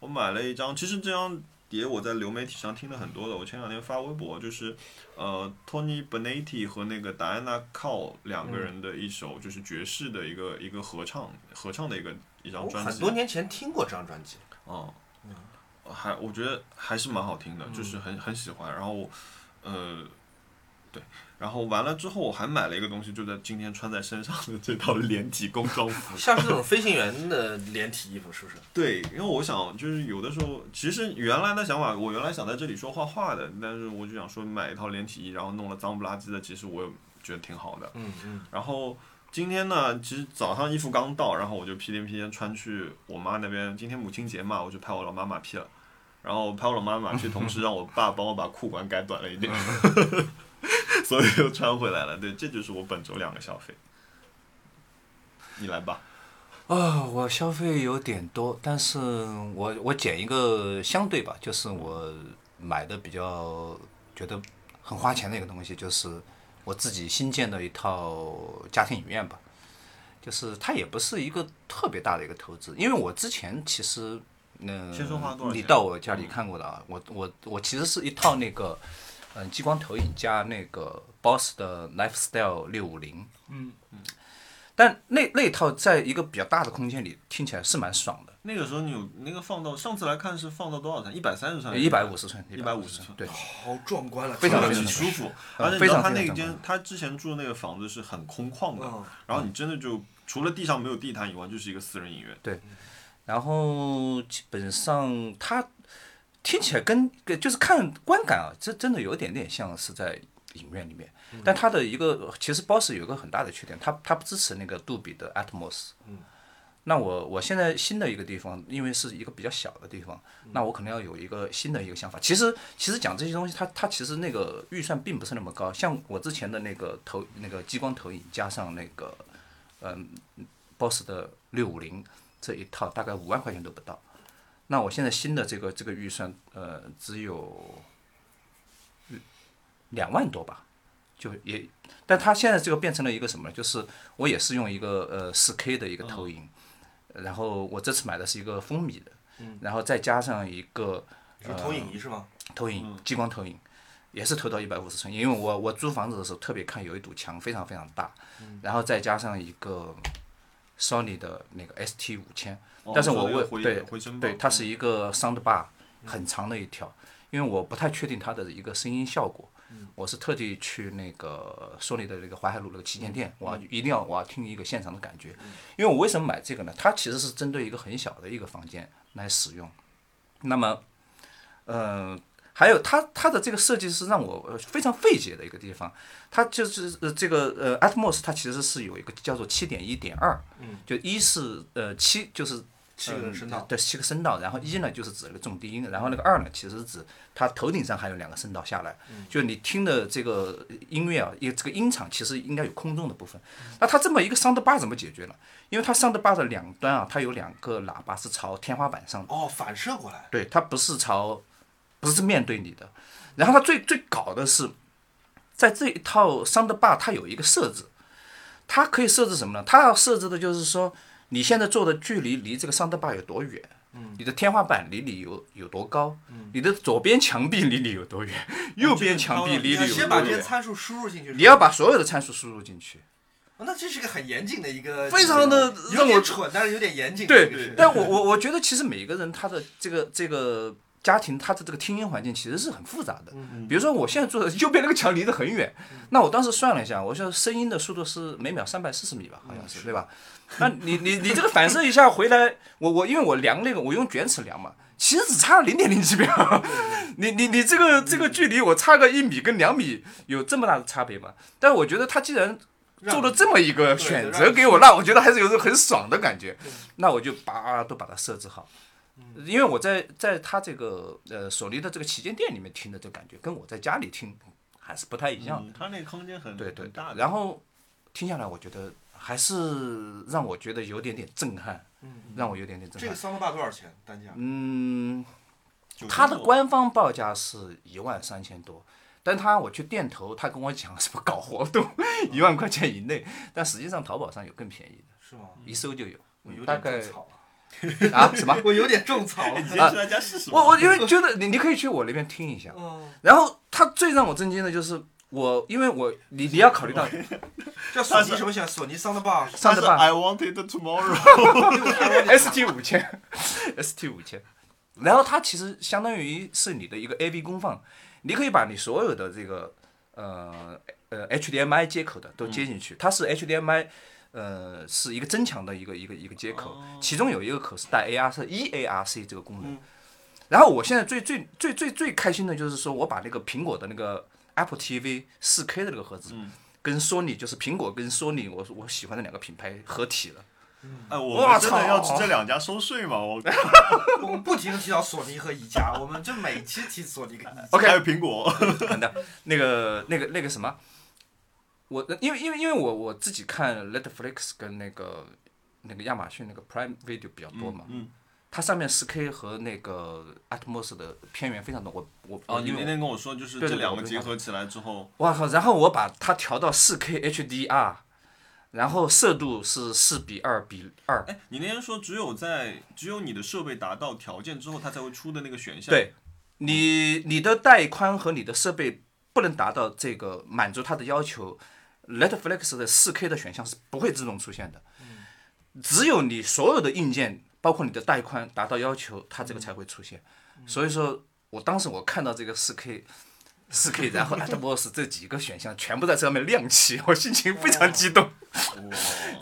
C: 我买了一张，其实这张碟我在流媒体上听的很多的，我前两天发微博就是，呃，Tony Benetti 和那个 Diana Cow 两个人的一首就是爵士的一个一个合唱合唱的一个一张
B: 我
C: 专辑。
B: 哦很多年前听过这张专辑，。
C: 哦，还我觉得还是蛮好听的，就是很很喜欢。然后，呃，对，然后完了之后，我还买了一个东西，就在今天穿在身上的这套连体工装服
B: 像是这种飞行员的连体衣服，是不是？
C: 对，因为我想，就是有的时候，其实原来的想法，我原来想在这里说画画的，但是我就想说买一套连体衣，然后弄了脏不拉几的，其实我也觉得挺好的。
B: 嗯嗯，
C: 然后今天呢，其实早上衣服刚到，然后我就屁颠屁颠穿去我妈那边。今天母亲节嘛，我就拍我老妈马屁了。然后拍我老妈马屁，同时让我爸帮我把裤管改短了一点，所以又穿回来了。对，这就是我本周两个消费。你来吧。
D: 啊、我消费有点多，但是我我捡一个相对吧，就是我买的比较觉得很花钱的一个东西，就是我自己新建的一套家庭影院吧。就是它也不是一个特别大的一个投资，因为我之前其实，嗯、
C: 先说花多少钱嗯
D: 你到我家里看过的啊，我我我其实是一套那个，嗯、激光投影加那个 BOSS 的 Lifestyle 六五零，
C: 嗯
D: 但那那套在一个比较大的空间里听起来是蛮爽的，
C: 那个时候你有那个放到上次来看是放到多少寸？一百三十寸？
D: 一百五十寸，
C: 150寸
D: 对，
B: 好壮观啊了，
D: 非常
C: 很
D: 非常
C: 舒服，
D: 嗯
C: 而且你知道
D: 非常
C: 他
D: 非
C: 那
D: 常
C: 间
D: 壮
C: 他之前住的那个房子是很空旷的
B: 嗯，
C: 然后你真的就除了地上没有地毯以外，就是一个私人影院。
D: 然后基本上它听起来跟跟就是看观感啊，这真的有点点像是在影院里面，但它的一个其实 BOSS 有一个很大的缺点，它它不支持那个杜比的 Atmos。那我我现在新的一个地方，因为是一个比较小的地方，那我可能要有一个新的一个想法。其实其实讲这些东西，它它其实那个预算并不是那么高。像我之前的那个投那个激光投影加上那个嗯 BOSS 的六五零这一套，大概五万块钱都不到。那我现在新的这个这个预算呃只有两万多吧，就也，但它现在这个变成了一个什么呢？就是我也是用一个呃四 K 的一个投影，然后我这次买的是一个风米的，然后再加上一个
B: 是投影仪是吗？
D: 投
C: 嗯
D: 影激光投影，也是投到一百五十寸，因为我我租房子的时候特别看有一堵墙非常非常大，
C: 嗯
D: 然后再加上一个 Sony 的那个 ST 五千，但是
C: 哦
D: 我
C: 说的
D: 我
C: 回
D: 对
C: 回声
D: 对，
C: 棒嗯
D: 它是一个 sound bar 很长的一条，因为我不太确定它的一个声音效果。
C: 嗯
D: 我是特地去那个索尼的那个淮海路那个旗舰
C: 嗯
D: 店，我要一定要我要听一个现场的感觉，因为我为什么买这个呢？它其实是针对一个很小的一个房间来使用。那么，呃，还有它它的这个设计是让我呃非常费解的一个地方，它就是呃这个呃 Atmos 它其实是有一个叫做七点一点二，就一是呃七就是
B: 嗯七个人声道嗯
D: 嗯对，七个声道。然后一呢就是指那个重低音，然后那个二呢其实是指它头顶上还有两个声道下来，就是你听的这个音乐啊，也这个音场其实应该有空中的部分。那它这么一个 sound bar 怎么解决呢？因为它 sound bar 的两端啊，它有两个喇叭是朝天花板上的，
B: 哦，反射过来，
D: 对，它不是朝，不是面对你的。然后它最最搞的是，在这一套 sound bar 它有一个设置，它可以设置什么呢？它要设置的就是说你现在坐的距离离这个 sound bar 有多远。
B: 嗯
D: 你的天花板离你有有多高？你的左边墙壁离你有多远？右边墙壁离
B: 你要
D: 你有
B: 先
D: 多
B: 把这些
D: 远？
B: 参数输入进去。
D: 你要把所有的参数输入进去。
B: 哦那这是个很严谨的一个，
D: 非常地
B: 有
D: 让我
B: 点蠢，但是有点严谨的一个事。
D: 对，但我我我觉得其实每个人他的这个这个家庭他的这个听音环境其实是很复杂的。比如说我现在坐的 右边那个墙离得很远，那我当时算了一下，我说声音的速度是每秒三百四十米吧，好像 是对吧？那你你你这个反射一下回来，我我因为我量那个我用卷尺量嘛，其实只差零点零几秒， 你你你这个这个距离，我差个一米跟两米有这么大的差别吗？但我觉得他既然做了这么一个选择给我，那我觉得还是有种很爽的感觉。那我就把都把它设置好，
C: 嗯
D: 因为我在在他这个呃索尼的这个旗舰店里面听的这感觉，跟我在家里听还是不太一样的。
C: 嗯，它那个空间很
D: 对对
C: 很大的，
D: 然后听下来，我觉得还是让我觉得有点点震撼，
C: 嗯
D: 让我有点点震
B: 这个
D: 撼。
B: 桑塔纳多少钱单价？
D: 嗯，
C: 就
D: 它的
C: 是
D: 官方报价是一万三千多，但他我去店头，他跟我讲什么搞活动， 一万块钱以内，但实际上淘宝上有更便宜的，
B: 是吗？
D: 一搜就有，
B: 我有
D: 嗯大
B: 点
D: 概
B: 种草 了，
D: 啊什么？
B: 我有点种草了
C: 你。先去他家试试吧。
D: 我我因为觉得你你可以去我那边听一下，
B: 嗯，
D: 然后他最让我震惊的就是我，因为我你你要考虑到
B: 叫索尼什么选？索尼桑德棒。
D: 上
C: 它
D: 的
C: 是
D: 吧。
C: I wanted tomorrow，
D: ST 五千，ST 五千。然后它其实相当于是你的一个 AV 功放，你可以把你所有的这个呃呃 HDMI 接口的都接进去，它是 HDMI。呃，是一个增强的一个一个一个接口，其中有一个口是带 AR 是 EARC 这个功能。然后我现在最最最最最开心的就是说，我把那个苹果的那个 Apple TV 4K 的那个盒子，跟索尼就是苹果跟索尼我我喜欢的两个品牌合体了。
C: 哎，我
D: 哇
C: 们真的要
D: 操
C: 这两家收税吗？我
B: 我们不停的提到索尼和宜家，我们就每期提索尼跟宜家。
D: OK
C: 还有苹果，
D: 等等，那个那个那个什么，我因为因为因为我我自己看 Netflix 跟那个那个亚马逊那个 Prime Video 比较多嘛，
C: 嗯，
D: 它上面 4K 和那个 Atmos 的片源非常多，我我
C: 哦，你
D: 因
C: 那
D: 为
C: 天跟我说，就是
D: 对
C: 这
D: 对对
C: 两
D: 我
C: 个
D: 就
C: 结
D: 想
C: 合起来之后，
D: 我靠，然后我把它调到 4K HDR，然后色度是四比二比二，
C: 哎，你那天说只有在只有你的设备达到条件之后，它才会出的那个选项。
D: 对，你你的带宽和你的设备不能达到这个满足它的要求，Netflix 的 4K 的选项是不会自动出现的。只有你所有的硬件，包括你的带宽达到要求，它这个才会出现。所以说我当时我看到这个 4K。4K，然后 Atmos 这几个选项全部在上面亮起，我心情非常激动。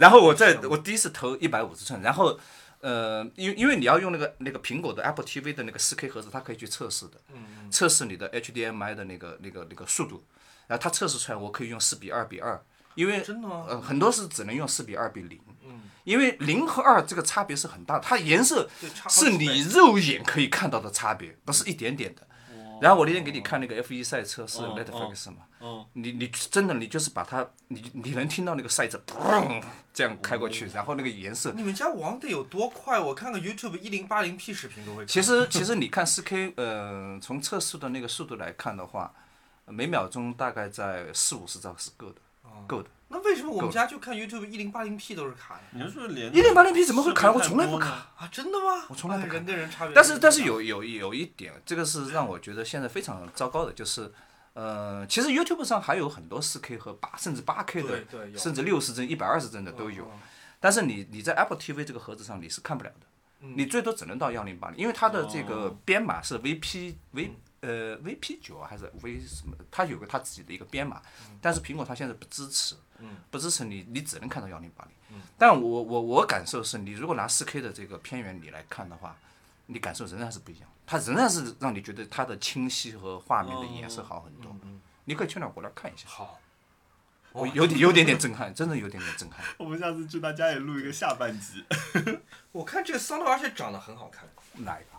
D: 然后我在我第一次投一百五十寸，然后呃，因因为你要用那个那个苹果的 Apple TV 的那个 4K 盒子，它可以去测试的，
B: 嗯
D: 测试你的 HDMI 的那个那个那个速度，然后它测试出来我可以用四比二比二，因为
B: 真的吗嗯
D: 呃，很多是只能用四比二比零，因为零和二这个差别是很大的，它颜色
B: 对差好
D: 是
B: 几
D: 你
B: 倍
D: 肉眼可以看到的差别，不是一点点的。然后我那天给你看那个 F 1赛车是
C: 哦
D: Netflix 嘛，
C: 嗯，
D: 你你真的你就是把它，你你能听到那个赛车砰这样开过
B: 嗯
D: 去，然后那个颜色
B: 你们家网得有多快？我看个 YouTube 一零八零 P 视频都会看。
D: 其实其实你看四 K，呃， 从测试的那个速度来看的话，每秒钟大概在四五十兆是够的，
B: 哦
D: 够的。
B: 那为什么我们家就看 YouTube 一零八零 P 都是卡呀？
C: 你是不是连
D: 1080p 怎么会卡我从来不卡
C: 设备太多呢
B: 啊，真的吗？我
D: 从来不看
B: 人跟人差别。
D: 但是但是有有有一点，这个是让我觉得现在非常糟糕的，就是。呃，其实 YouTube 上还有很多四 K 和八甚至八 K 的
B: 对对，有嗯
D: 甚至六十帧、一百二十帧的都有。但是你你在 Apple TV 这个盒子上你是看不了的，你最多只能到幺零八零，因为它的这个编码是 VP V 呃 VP 九还是 V 什么，它有个它自己的一个编码，但是苹果它现在不支持，不支持你你只能看到幺零八零。但我我我感受是你如果拿四 K 的这个片源你来看的话，你感受仍然是不一样，它仍然是让你觉得它的清晰和画面的颜色好很多。你可以去那我来看一下，
B: 好，
D: 我有点有点点震撼，真的有点点震撼。
C: 我们下次去他家里录一个下半集。
B: 我看这个桑德而且长得很好看。
D: 哪一个？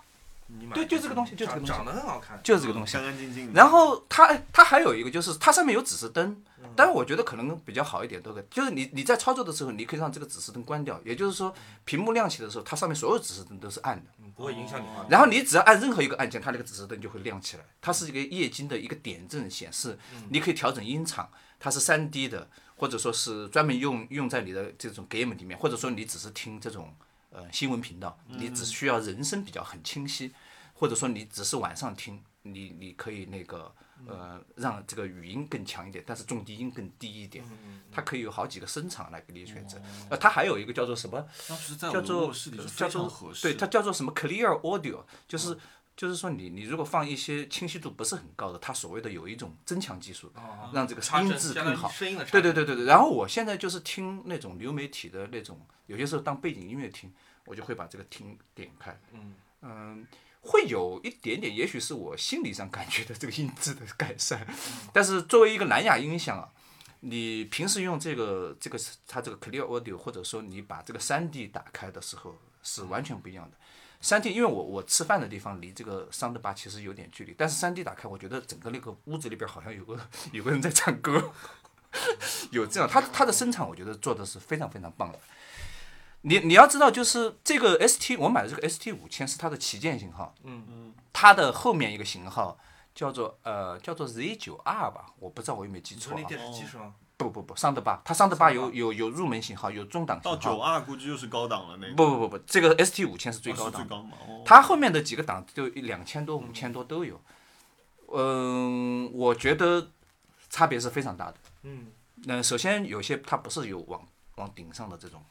B: 你买
D: 对
B: 的
D: 就这个东西就这个
B: 长
D: 东西
B: 长得很好看。
D: 就是这个东西
C: 干。干净净的。
D: 然后它哎它还有一个就是它上面有指示灯，但我觉得可能比较好一点，都可以就是你你在操作的时候，你可以让这个指示灯关掉，也就是说屏幕亮起的时候，它上面所有指示灯都是暗的。
B: 嗯不会影响你画面。
D: 然后你只要按任何一个按键，它那个指示灯就会亮起来。它是一个液晶的一个点阵显示，你可以调整音场，它是3 D 的，或者说是专门用用在你的这种 game 里面，或者说你只是听这种呃新闻频道，你只需要人声比较很清晰，或者说你只是晚上听，你你可以那个呃让这个语音更强一点，但是重低音更低一点，它可以有好几个声场来给你选择。呃，它还有一个叫做什么？
C: 当时在我
D: 叫
C: 们
D: 做
C: 卧室里是
D: 叫
C: 非常
D: 做
C: 合适
D: 对
C: 的，嗯
D: 它叫做什么 clear audio，就是、就是说你你如果放一些清晰度不是很高的，它所谓的有一种增强技术，
C: 哦
D: 让这个
B: 插针
D: 音质
B: 相当
D: 更
B: 于
D: 好。
B: 声音的插
D: 对
B: 针
D: 对对对对。然后我现在就是听那种流媒体的那种，有些时候当背景音乐听，我就会把这个听点开。嗯会有一点点，也许是我心理上感觉的这个音质的改善，
B: 嗯
D: 但是作为一个蓝牙音箱啊，你平时用这个这个它这个 Clear Audio，或者说你把这个3 D 打开的时候是完全不一样的。3 D，因为我我吃饭的地方离这个 Sound Bar 其实有点距离，但是3 D 打开，我觉得整个那个屋子里边好像有个有个人在唱歌， 有这样，它它的声场我觉得做的是非常非常棒的。你你要知道，就是这个 ST，我买的这个 ST 五千是它的旗舰型号，
C: 嗯
D: 它的后面一个型号叫做呃叫做 Z 九 R 吧，我不知道我有没有记
B: 你
D: 错
B: 说
D: 啊
B: 那。电视机是吗？
D: 不不不，上的吧，它上的吧有有有入门型号，有中档型
C: 到
D: 号。
C: 九二估计又是高档了那个，
D: 不不不不，这个 ST 五千是最
C: 哦
D: 高
C: 是
D: 档
C: 最
D: 的，
C: 高嘛？哦，
D: 它后面的几个档就两千多、五千多都有。嗯，我觉得差别是非常大的。
B: 嗯，
D: 那首先有些它不是有往往顶上的这种，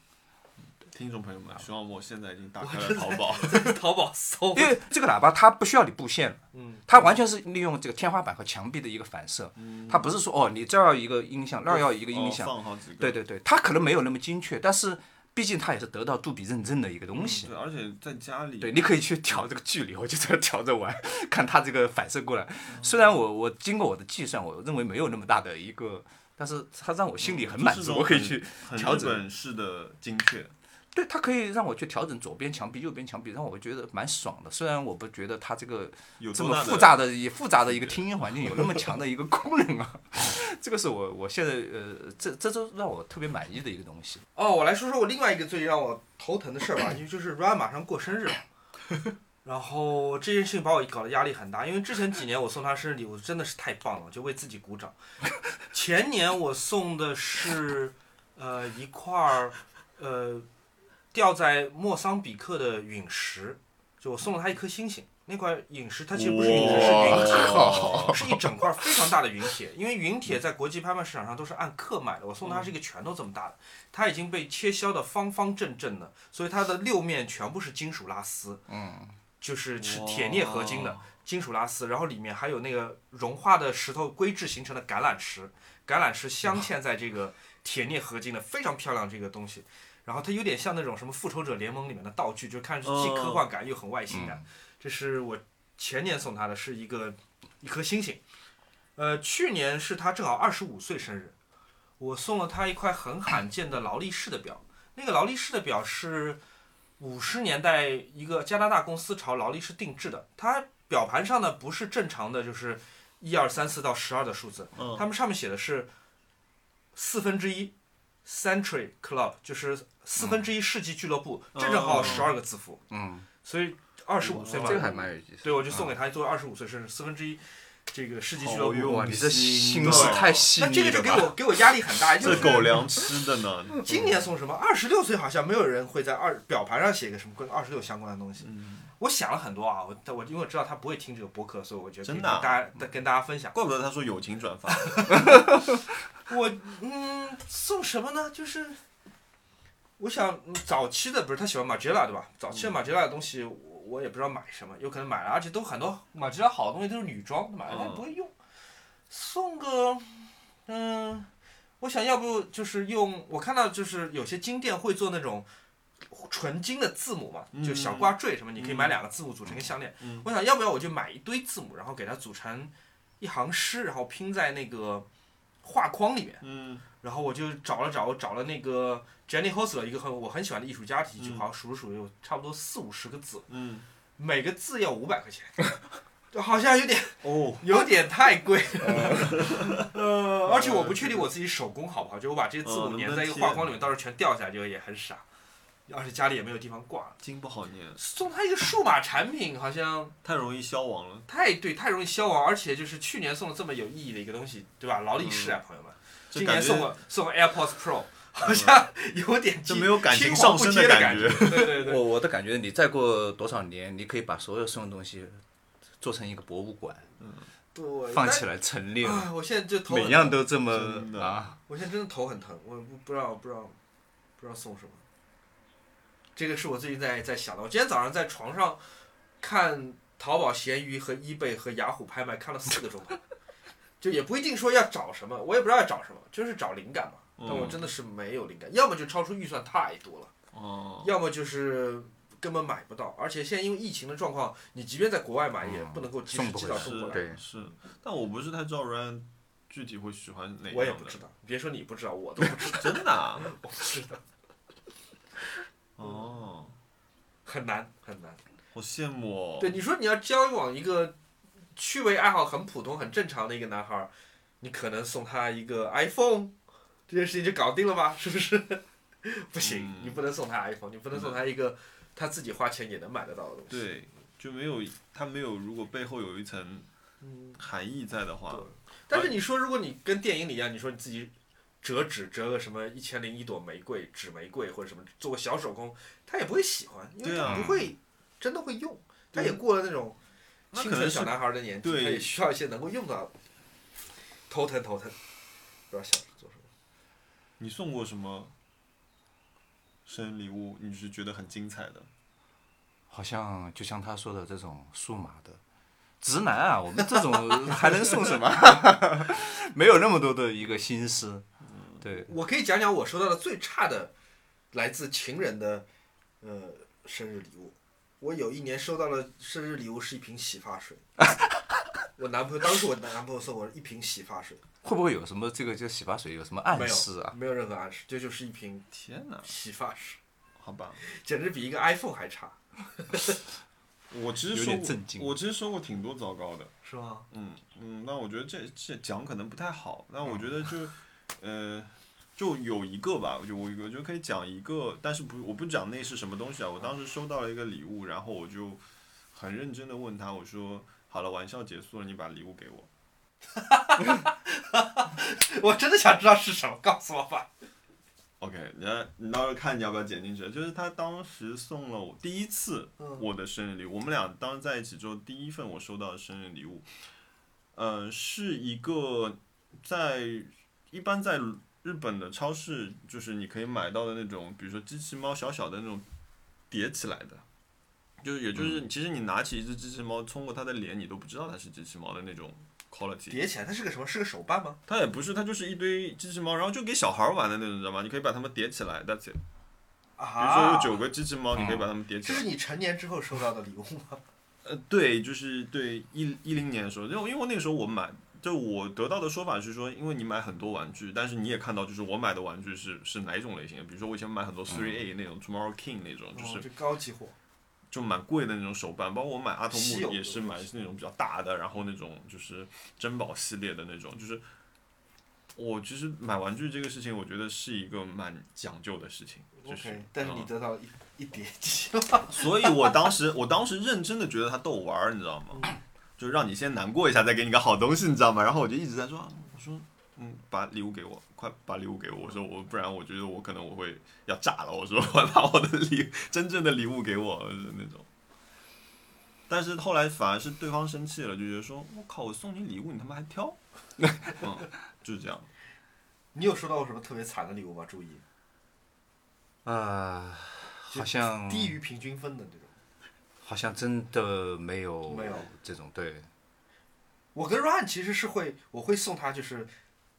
C: 听众朋友们，徐望墨现在已经打开了淘宝，
B: 淘宝搜，
D: 因为这个喇叭它不需要你布线了，
B: 嗯，
D: 它完全是利用这个天花板和墙壁的一个反射，它不是说哦你这儿要一个音响，那儿要一个音响
C: 哦，放好几个，
D: 对对对，它可能没有那么精确，但是毕竟它也是得到杜比认证的一个东西
C: 对，。而且在家里，
D: 对，你可以去调这个距离，我就这样调着玩，看它这个反射过来。虽然我我经过我的计算，我认为没有那么大的一个，但是它让我
B: 嗯
D: 心里很满
C: 就是
D: 足，
C: 种
D: 我可以
C: 很
D: 去
C: 很
D: 调
C: 日
D: 整
C: 本式的精确，
D: 对，它可以让我去调整左边墙壁、右边墙壁，让我觉得蛮爽的。虽然我不觉得它这个
C: 有
D: 这
C: 多
D: 么
C: 大的
D: 复杂的、也复杂的一个听音环境有那么强的一个功能啊， 这个是我我现在呃，这这都让我特别满意的一个东西。
B: 哦，我来说说我另外一个最让我头疼的事儿吧，因为就是 Ryan 马上过生日了，然后这件事情把我搞得压力很大，因为之前几年我送他生日礼物真的是太棒了，我就为自己鼓掌。 前年我送的是呃一块儿呃掉在莫桑比克的陨石，就我送了他一颗星星，那块陨石它其实不是陨石，是
A: 哇
B: 云铁。
A: 靠
B: 是一整块非常大的云铁，因为云铁在国际拍卖市场上都是按克买的，我送它是一个拳头这么大的，它已经被切削的方方正正的，所以它的六面全部是金属拉丝，
D: 嗯，
B: 就是是
C: 哇
B: 铁镍合金的金属拉丝，然后里面还有那个融化的石头硅质形成的橄榄石，橄榄石镶嵌在这个铁镍合金的非常漂亮这个东西，然后它有点像那种什么复仇者联盟里面的道具，就看上去既科幻感又很外星感。这是我前年送他的，是一个一颗星星。呃，去年是他正好二十五岁生日，我送了他一块很罕见的劳力士的表。那个劳力士的表是五十年代一个加拿大公司朝劳力士定制的，它表盘上呢不是正常的，就是一二三四到十二的数字，
C: 嗯
B: 他们上面写的是四分之一 Century Club，就是四分之一世纪俱乐部，这正好
C: 哦
B: 十二个字符，
D: 嗯，
B: 所以二十五岁嘛，
D: 这个还蛮有啊意思。
B: 对，我就送给他作为二十五岁生日四分之一这个世纪俱
C: 好
B: 乐部。
C: 用
D: 哇，你这
C: 心
D: 心
C: 的
D: 思太啊细
B: 那
D: 腻
B: 这个
D: 了
B: 就给
D: 吧
B: 我给我压力很 大，就
C: 这
B: 是
C: 狗粮吃的呢，
B: 嗯
C: 嗯
B: 今年送什么？二十六岁好像没有人会在二表盘上写个什么跟二十六相关的东西。
C: 嗯
B: 我想了很多啊，我我因为我知道他不会听这个播客，所以我觉得可
C: 真
B: 以跟
C: 的啊
B: 大家跟大家分享。
C: 怪不得他说友情转发，
B: 我嗯，送什么呢？就是我想嗯早期的不是他喜欢马吉拉对吧？早期的马吉拉的东西我我也不知道买什么，有可能买了，而且都很多马吉拉好的东西都是女装，买了也不会用。送个嗯，我想要不就是用我看到就是有些金店会做那种。纯金的字母嘛，就小挂坠什么，你可以买两个字母组成一个项链。
C: 嗯
B: 我想要不要我就买一堆字母，然后给它组成一行诗，然后拼在那个画框里面。
C: 嗯，
B: 然后我就找了找，我找了那个 Jenny Hostler 一个很我很喜欢的艺术家提句，
C: 嗯
B: 好像数了数有差不多四五十个字，
C: 嗯，
B: 每个字要五百块钱，就好像有点
C: 哦，
B: 有点太贵了。呃，而且我不确定我自己手工好不好，就我把这些字
C: 呃
B: 母
C: 能
B: 粘
C: 不
B: 在
C: 能
B: 一个
C: 贴
B: 画框里面，到时候全掉下来就也很傻，而且家里也没有地方挂。
C: 经不好念，
B: 送他一个数码产品好像
C: 太容易消亡了。
B: 太对太容易消亡，而且就是去年送了这么有意义的一个东西，对吧？劳力士啊，朋友们。
C: 这
B: 今
C: 嗯感
B: 年
C: 觉
B: 送我送我 AirPods Pro，好像有点
C: 这
B: 轻
C: 没有感情
B: 青
C: 上
B: 黄不
C: 升
B: 接
C: 的
B: 的
C: 感
B: 觉
C: 觉。
B: 对对 对，
D: 我我的感觉，你再过多少年，你可以把所有送的东西做成一个博物馆，
B: 对
D: 放起来陈列
B: 但。，啊，我现在就头
D: 每
B: 很，
D: 样都这
C: 真
D: 么
C: 的
D: 啊，
B: 我现在真的头很疼，我不不知道不知道不知道送什么。这个是我最近在在想的。我今天早上在床上看淘宝、闲鱼和 eBay 和雅虎拍卖，看了四个钟头，就也不一定说要找什么，我也不知道要找什么，就是找灵感嘛。
D: 嗯
B: 但我真的是没有灵感，要么就超出预算太多了。
C: 哦，
B: 要么就是根本买不到，而且现在因为疫情的状况，你即便在国外买也不能够及
D: 嗯
B: 时
D: 送不
B: 寄
D: 回
B: 到
D: 来
B: 中国来。
D: 对
C: 是，但我不是太知道 Ryan 具体会喜欢哪一
B: 我也
C: 样
B: 不
C: 的
B: 知道，别说你不知道，我都不知道，
C: 真的、啊？
B: 我不知道，
C: 哦，
B: 很难很难。
C: 好羡慕哦。
B: 对，你说你要交往一个趣味爱好很普通、很正常的一个男孩儿，你可能送他一个 iPhone，这件事情就搞定了吧？是不是？ 不行，
C: 嗯
B: 你不能送他 iPhone，你不能送他一个他自己花钱也能买得到的东西。
C: 对，就没有他没有，如果背后有一层
B: 嗯，
C: 含义在的话
B: 对，但是你说，如果你跟电影里一样，你说你自己折纸折个什么一千零一朵玫瑰、纸玫瑰或者什么，做个小手工，他也不会喜欢，因为
C: 对啊
B: 他不会真的会用，他也过了那种
C: 那
B: 清
C: 可能
B: 纯
C: 是
B: 小男孩的年纪，
C: 对
B: 他也需要一些能够用到的。头疼头疼，不知道想做什么。
C: 你送过什么生日礼物？你是觉得很精彩的？
D: 好像就像他说的这种数码的直男啊，我们这 种还能送什么？ 没有那么多的一个心思。
C: 嗯
D: 对，
B: 我可以讲讲我收到的最差的来自情人的呃生日礼物。我有一年收到了生日礼物是一瓶洗发 水，我男朋友当时我男朋友送我一瓶洗发水，
D: 会不会有什么这个叫洗发水有什么
B: 没
D: 暗示
B: 有
D: 啊？
B: 没有任何暗示，这就是一瓶
C: 天哪！
B: 洗发水，
C: 好吧，
B: 简直比一个 iPhone 还差，
C: 我其实
D: 有
C: 收
D: 点
C: 过
D: 震惊
C: 我其实收过挺多糟糕的。
B: 是吗？
C: 嗯嗯，那我觉得这这讲可能不太好，那我觉得就， 呃，就有一个吧，我就我我就可以讲一个，但是不我不讲那是什么东西啊，我当时收到了一个礼物，然后我就很认真的问他，我说好了，玩笑结束了，你把礼物给我，
B: 我真的想知道是什么，告诉我吧。
C: OK，你要你到时候看你要不要剪进去。就是他当时送了我第一次
B: 嗯
C: 我的生日礼物，我们俩当时在一起之后，第一份我收到的生日礼物，呃，是一个在一般在日本的超市，就是你可以买到的那种，比如说机器猫小小的那种叠起来的，就是也就是其实你拿起一只机器猫，冲过它的脸，你都不知道它是机器猫的那种 quality。
B: 叠起来，它是个什么？是个手办吗？
C: 它也不是，它就是一堆机器猫，然后就给小孩儿玩的那种，你知道吗？你可以把它们叠起来，that's it。比如说
B: 啊嗯
C: 有，九个机器猫，你可以把它们叠起
B: 这
C: 来。
B: 是你成年之后收到的礼物吗？
C: 呃，对，就是对一一零年的时候，因为因为那个时候我买，就我得到的说法是说，因为你买很多玩具，但是你也看到，就是我买的玩具是是哪一种类型的，比如说我以前买很多 Three A 那种、Tomorrow King 那种， 就是
B: 嗯哦这高级货，
C: 就蛮贵的那种手办，包括我买阿童
B: 稀有
C: 木
B: 的
C: 也是买那种比较大的，然后那种就是珍宝系列的那种，就是我其实买玩具这个事情，我觉得是一个蛮讲究的事情，就是。
B: OK，但是你
C: 嗯
B: 得到了一一叠机。
C: 所以我当时，我当时认真的觉得他逗我玩儿，你知道吗？就让你先难过一下，再给你个好东西，你知道吗？然后我就一直在说，啊我说，嗯，把礼物给我，快把礼物给我。我说我不然我觉得我可能我会要炸了。我说快把我的礼真正的礼物给我就是那种。但是后来反而是对方生气了，就觉得说我靠，我送你礼物，你他妈还挑， 嗯，就是这样。
B: 你有收到过什么特别惨的礼物吗？注意，
D: 呃，好像
B: 低于平均分的这种。
D: 好像真的没有
B: 没有
D: 这种对，
B: 我跟 Ryan 其实是会，我会送他就是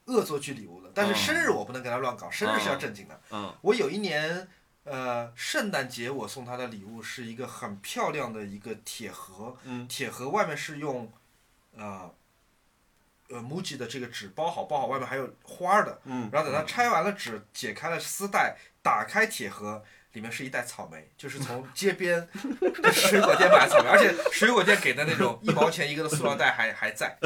B: 恶作剧礼物的，但是
C: 嗯
B: 生日我不能给他乱搞，生日是要
C: 嗯
B: 正经的。
C: 嗯
B: 我有一年，呃，圣诞节我送他的礼物是一个很漂亮的一个铁盒，
C: 嗯
B: 铁盒外面是用，呃，呃 MUJI 的这个纸包好，包好外面还有花儿的，
C: 嗯，
B: 然后等他拆完了纸，解开了丝带，打开铁盒，里面是一袋草莓，就是从街边的水果店买的草莓，而且水果店给的那种一毛钱一个的塑料袋还还在。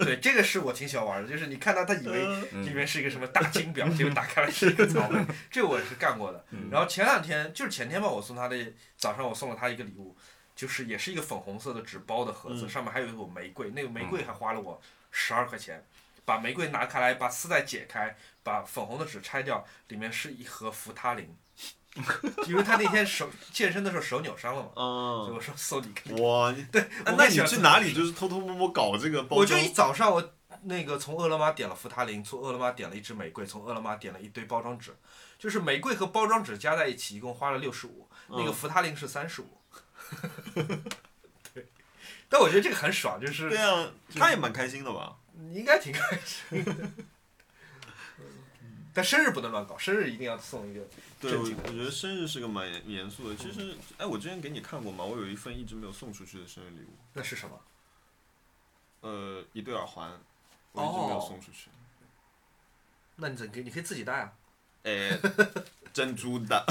B: 对，这个是我挺喜欢玩的，就是你看到他以为
C: 嗯
B: 里面是一个什么大金表，结果打 开了是一个草莓，这个我是干过的。
C: 嗯
B: 然后前两天就是前天吧，我送他的早上我送了他一个礼物，就是也是一个粉红色的纸包的盒子，
C: 嗯
B: 上面还有一朵玫瑰，那个玫瑰还花了我十二块钱。把玫瑰拿开来，把丝带解开，把粉红的纸拆掉，里面是一盒扶他灵，因为他那天手健身的时候手扭伤了嘛，所以
C: 嗯，
B: 我说送你一个礼物。
C: 哇，你
B: 对，
C: 哎
B: 我
C: 那
B: 跟
C: 你
B: 讲
C: 去哪里就是偷偷摸摸搞这个包装？
B: 我就一早上我那个从饿了么点了扶他灵，从饿了么点了一支玫瑰，从饿了么点了一堆包装纸，就是玫瑰和包装纸加在一起一共花了六十五，那个
C: 嗯
B: 扶他灵是三十五。 对，但我觉得这个很爽，就是
C: 对啊啊，他也蛮开心的吧？
B: 你应该挺开心的。但生日不能乱搞，生日一定要送一个
C: 对，
B: 正
C: 我
B: 经的
C: 我觉得生日是个蛮严严肃的。其实，哎，我之前给你看过嘛，我有一份一直没有送出去的生日礼物，
B: 那是什么？
C: 呃，一对耳环，我一直没有送出去。
B: 那你怎给？你可以自己戴啊。
C: 哎，珍珠的，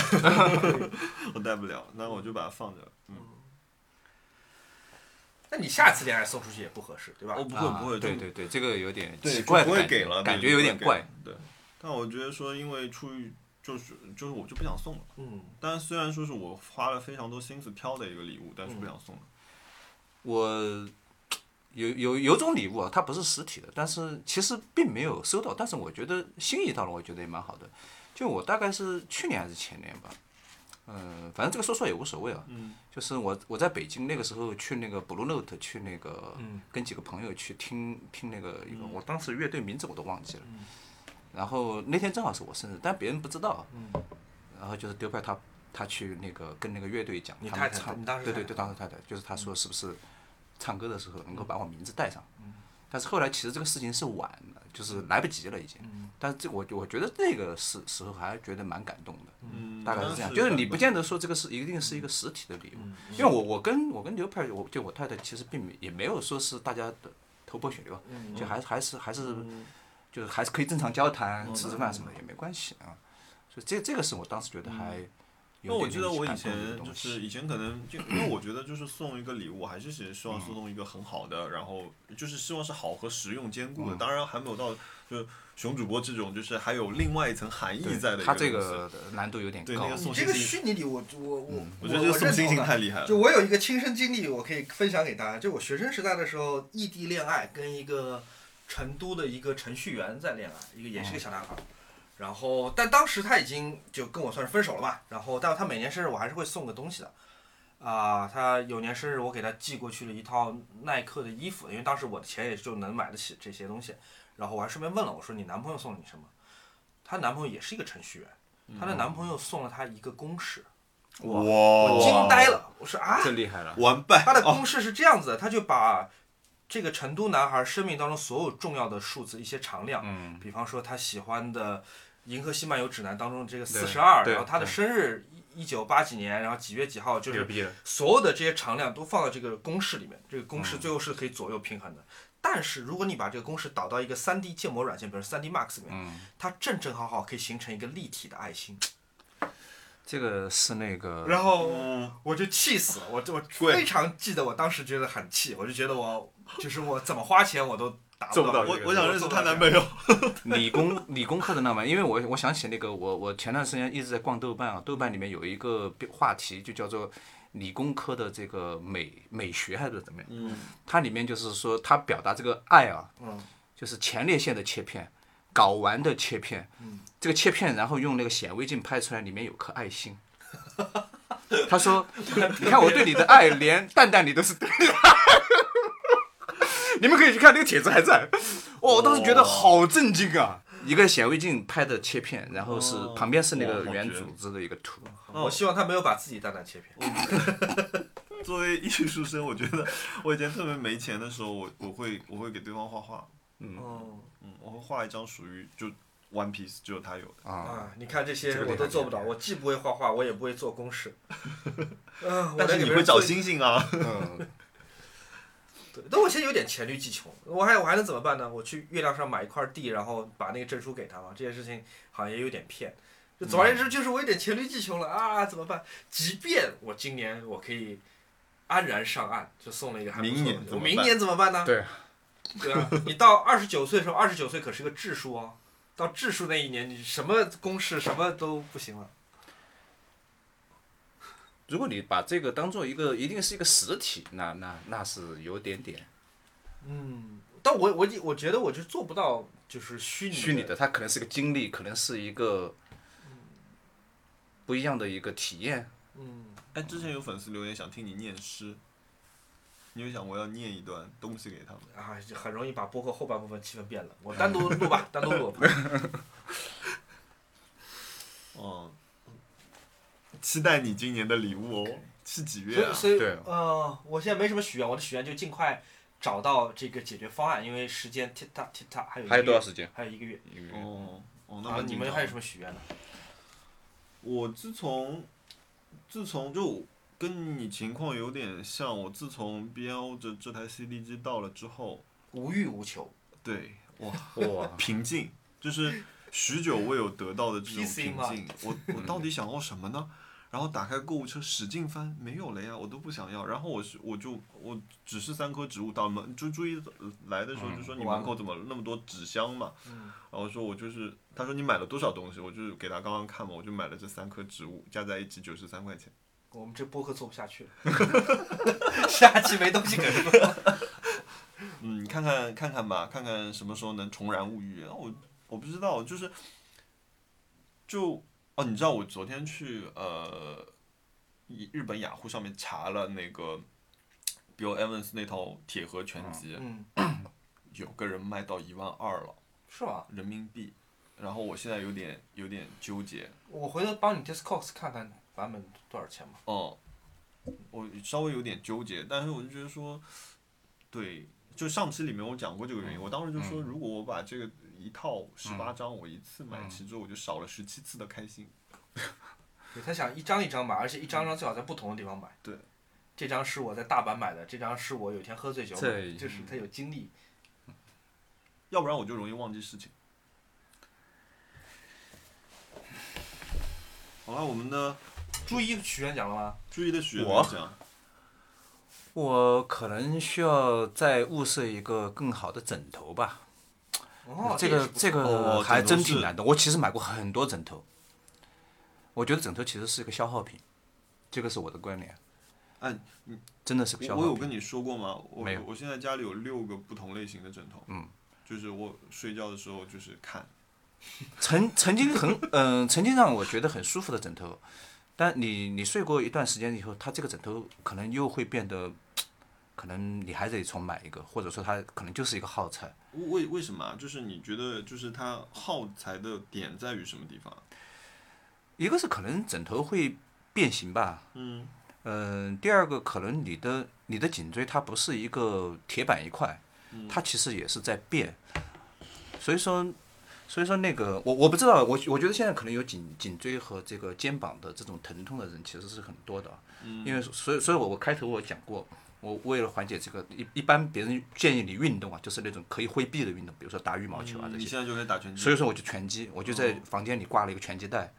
C: 我戴不了，那我就把它放着。嗯，
B: 那你下次恋爱送出去也不合适，对吧？
C: 哦，不会不
D: 啊
C: 会，就
D: 对对对，这个有点
C: 对，
D: 奇
C: 就
D: 怪的
C: 不会
D: 感
C: 给
D: 觉，
C: 了，对
D: 感觉
C: 就
D: 有
C: 不会
D: 点
C: 给
D: 怪
C: 了。。对，但我觉得说，因为出于就是就是我就不想送了。
B: 嗯，
C: 但虽然说是我花了非常多心思挑的一个礼物，但是不想送了。
D: 我有有有种礼物啊，它不是实体的，但是其实并没有收到，但是我觉得心意到了，我觉得也蛮好的。就我大概是去年还是前年吧，嗯、反正这个说出来也无所谓啊。
C: 嗯
D: 就是我我在北京那个时候去那个 Blue Note 去那个、
B: 嗯
D: 跟几个朋友去听听那个一个，我当时乐队名字我都忘记了。
B: 嗯
D: 然后那天正好是我生日，但别人不知道。
B: 嗯
D: 然后就是丢派他他去那个跟那个乐队讲，
B: 你
D: 他们
B: 太太
D: 唱
B: 你当时
D: 对对
B: 太嗯
D: 对，当时太太就是他说是不是唱歌的时候能够把我名字带上。但是后来其实这个事情是晚了，就是
B: 嗯
D: 来不及了已经。但是这个我我觉得那个时时候还觉得蛮感动的。
C: 嗯，
D: 大概是这样，就是你不见得说这个是一定是一个实体的礼
C: 嗯
D: 物，因为我我跟我跟刘派，我就我太太其实并没也没有说是大家的头破血流，
C: 嗯
D: 就还是还是还是就是还是可以正常交谈，
C: 嗯
D: 吃吃饭什么的也没关系啊，所以这这个是我当时觉得还
C: 因
D: 有
C: 为嗯我
D: 点
C: 记得我以
D: 感动的一个
C: 前就
D: 东
C: 是
D: 西，
C: 以前可能就因为我觉得就是送一个礼物，我还是希希望送一个很好的，然后就是希望是好和实用兼顾的。当然还没有到就是熊主播这种，就是还有另外一层含义在的一
D: 他
C: 个
D: 这
C: 东西
D: 个难度有点
C: 对
D: 高
C: 那个，
B: 你
C: 送
B: 这
C: 星
B: 个
C: 星，
B: 虚拟礼物，我我我
C: 嗯我觉得这个送星星
B: 我认同的
C: 太厉害了。
B: 就我有一个亲身经历，我可以分享给大家。就我学生时代的时候，异地恋爱跟一个成都的一个程序员在恋爱，一个也是个小男孩儿。然后，但当时他已经就跟我算是分手了吧。然后，但他每年生日我还是会送个东西的。啊、他有年生日我给他寄过去了一套耐克的衣服，因为当时我的钱也就能买得起这些东西。然后我还顺便问了，我说你男朋友送了你什么？她男朋友也是一个程序员，她的男朋友送了她一个公式，我惊呆了，我说啊，
D: 这厉害 了，
C: 完败，
B: 他的
C: 哦
B: 公式是这样子的，他就把这个成都男孩生命当中所有重要的数字一些常量，
D: 嗯，
B: 比方说他喜欢的《银河系漫游指南》当中这个
D: 对
B: 四十二，
D: 对
B: 然后他的
D: 对
B: 生日一九八几年，然后几月几号，就是
D: 逼了，
B: 所有的这些常量都放到这个公式里面，这个
D: 嗯
B: 公式最后是可以左右平衡的。但是如果你把这个公式导到一个3 D 建模软件，比如3 D Max 里面，
D: 嗯，
B: 它正正好好可以形成一个立体的爱心。
D: 这个是那个，
B: 然后
C: 嗯
B: 我就气死了，我我
C: 对
B: 非常记得我当时觉得很气，我就觉得我就是我怎么花钱我都达不
D: 做不到
B: 到这
C: 我
B: 个。
C: 我想认识
B: 做不
C: 她
B: 到
C: 男
B: 这
C: 朋友，
D: 理工理工科的浪漫，因为我我想起那个我我前段时间一直在逛豆瓣啊，豆瓣里面有一个标话题就叫做理工科的这个美美学还是怎么样，
C: 嗯，
D: 它里面就是说它表达这个爱啊，
B: 嗯
D: 就是前列腺的切片，睾丸的切片，
C: 嗯
D: 这个切片然后用那个显微镜拍出来，里面有颗爱心。他说：“你看我对你的爱，连蛋蛋你都是对的。 你们可以去看那个帖子还在。哦，我当时觉得好震惊啊！一个显微镜拍的切片，然后是旁边是那个
C: 哦哇
D: 圆
C: 好绝
D: 组织的一个图。
B: 样我希望他没有把自己蛋蛋切片。
C: 嗯作为艺术生，我觉得我以前特别没钱的时候，我我会我会给对方画画，
B: 哦
C: 嗯，我会画一张属于就 One Piece 只有他有的，
B: 啊，你看这些
D: 这个
B: 我
D: 厉
B: 都
D: 害
B: 做不
D: 厉
B: 到，
D: 害
B: 我既不会画画，我也不会做 公式。嗯，
C: 但
B: 我来
C: 是
B: 给
C: 你
B: 别
C: 会
B: 人
C: 找
B: 做
C: 星星啊，
D: 嗯，
B: 对，但我现在有点黔驴技穷，我还我还能怎么办呢？我去月亮上买一块地，然后把那个证书给他嘛，这件事情好像也有点骗。就总而言之，就是我有点黔驴技穷了啊，怎么办？即便我今年我可以安然上岸，就送了一个还不错的
C: 明年
B: 礼物
C: 怎么办
B: 明年怎么办呢？
D: 对啊
B: 对啊，你到二十九岁的时候，二十九岁可是个质数哦。到质数那一年，你什么公式什么都不行了。
D: 如果你把这个当做一个一定是一个实体，那那那是有点点
B: 嗯，但我我我觉得我就做不到，就是虚拟
D: 虚拟的，它可能是个经历，可能是一个不一样的一个体验。
B: 嗯，
C: 哎，之前有粉丝留言想听你念诗，你有想过要念一段东西给他们？
B: 啊，就很容易把播客后半部分气氛变冷。我单独录吧，单独录吧。哦
C: 嗯，期待你今年的礼物哦，是几
B: 所
C: 月
B: 以，
C: 啊？
B: 所以
D: 对，
B: 呃，我现在没什么许愿，我的许愿就尽快找到这个解决方案，因为时间 tick tock tick tock，还有一个月，
D: 时间？
B: 还有一个月。
C: 哦，哦，那
B: 啊，
C: 蛮
B: 你
C: 紧
B: 们
C: 张
B: 还有什么许愿呢？
C: 我自从自从就跟你情况有点像，我自从 BL 这这台 CD 机到了之后，
B: 无欲无求
C: 对哇，
D: 哇，
C: 平静，就是许久未有得到的这种
B: PC
C: 平
B: 嘛
C: 静。我我到底想要什么呢？然后打开购物车使劲翻，没有了呀，我都不想要。然后我是我就我只是三颗植物到门，就注意来的时候就说你门
B: 完了
C: 口怎么那么多纸箱嘛？然后说我就是，他说你买了多少东西？我就是给他刚刚看嘛，我就买了这三颗植物，加在一起九十三块钱。
B: 我们这播客做不下去了， 下期没东西可说。
C: 嗯，看看看看吧，看看什么时候能重燃物欲。然后我我不知道，就是就哦，你知道我昨天去呃以日本雅虎上面查了那个 Bill Evans 那套《铁盒全集》
B: 嗯，
C: 有个人卖到一万二了
B: 是吗？
C: 人民币，然后我现在有点有点纠结。
B: 我回头帮你 Discogs 看看版本多少钱吧。
C: 哦，我稍微有点纠结，但是我就觉得说，对，就上期里面我讲过这个原因，我当时就
D: 嗯
C: 说，如果我把这个一套十八张我一次买
D: 嗯
C: 齐之后，我就少了十七次的开心。
B: 对他想一张一张买，而且一张张最好在不同的地方买。
C: 对，
B: 这张是我在大阪买的，这张是我有一天喝醉嗯酒买的，
D: 对
B: 就是他有经历。
C: 要不然我就容易忘记事情。好了，我们的
B: 注意许愿奖了吗？
C: 注意的许愿
D: 我
C: 讲，
D: 我可能需要再物色一个更好的枕头吧。
B: 哦，
D: 这
B: 也
D: 个
B: 是不
D: 这
C: 哦
D: 个
C: 枕
D: 还
C: 头
D: 真
C: 是
D: 挺难的。我其实买过很多枕头，我觉得枕头其实是一个消耗品，这个是我的观点。嗯
C: 哎，
D: 真的是个消
C: 我我
D: 耗
C: 有跟
D: 品。
C: 你说过吗？我
D: 没有
C: 我现在家里有六个不同类型的枕头，
D: 嗯，
C: 就是我睡觉的时候就是看，
D: 曾曾经很嗯、曾经让我觉得很舒服的枕头，但你你睡过一段时间以后，它这个枕头可能又会变得，可能你还得重买一个，或者说它可能就是一个耗材。
C: 为为什么啊？就是你觉得，就是它耗材的点在于什么地方？
D: 一个是可能枕头会变形吧，
C: 嗯，
D: 嗯，第二个可能你的你的颈椎它不是一个铁板一块，它其实也是在变，所以说，所以说那个我我不知道，我我觉得现在可能有颈颈椎和这个肩膀的这种疼痛的人其实是很多的啊，因为所以所以我我开头我讲过，我为了缓解这个一一般别人建议你运动啊，就是那种可以挥臂的运动，比如说打羽毛球啊这
C: 你
D: 些，
C: 现在就可以打拳击。
D: 所以说我就拳击，我就
C: 哦
D: 在房间里挂了一个拳击带，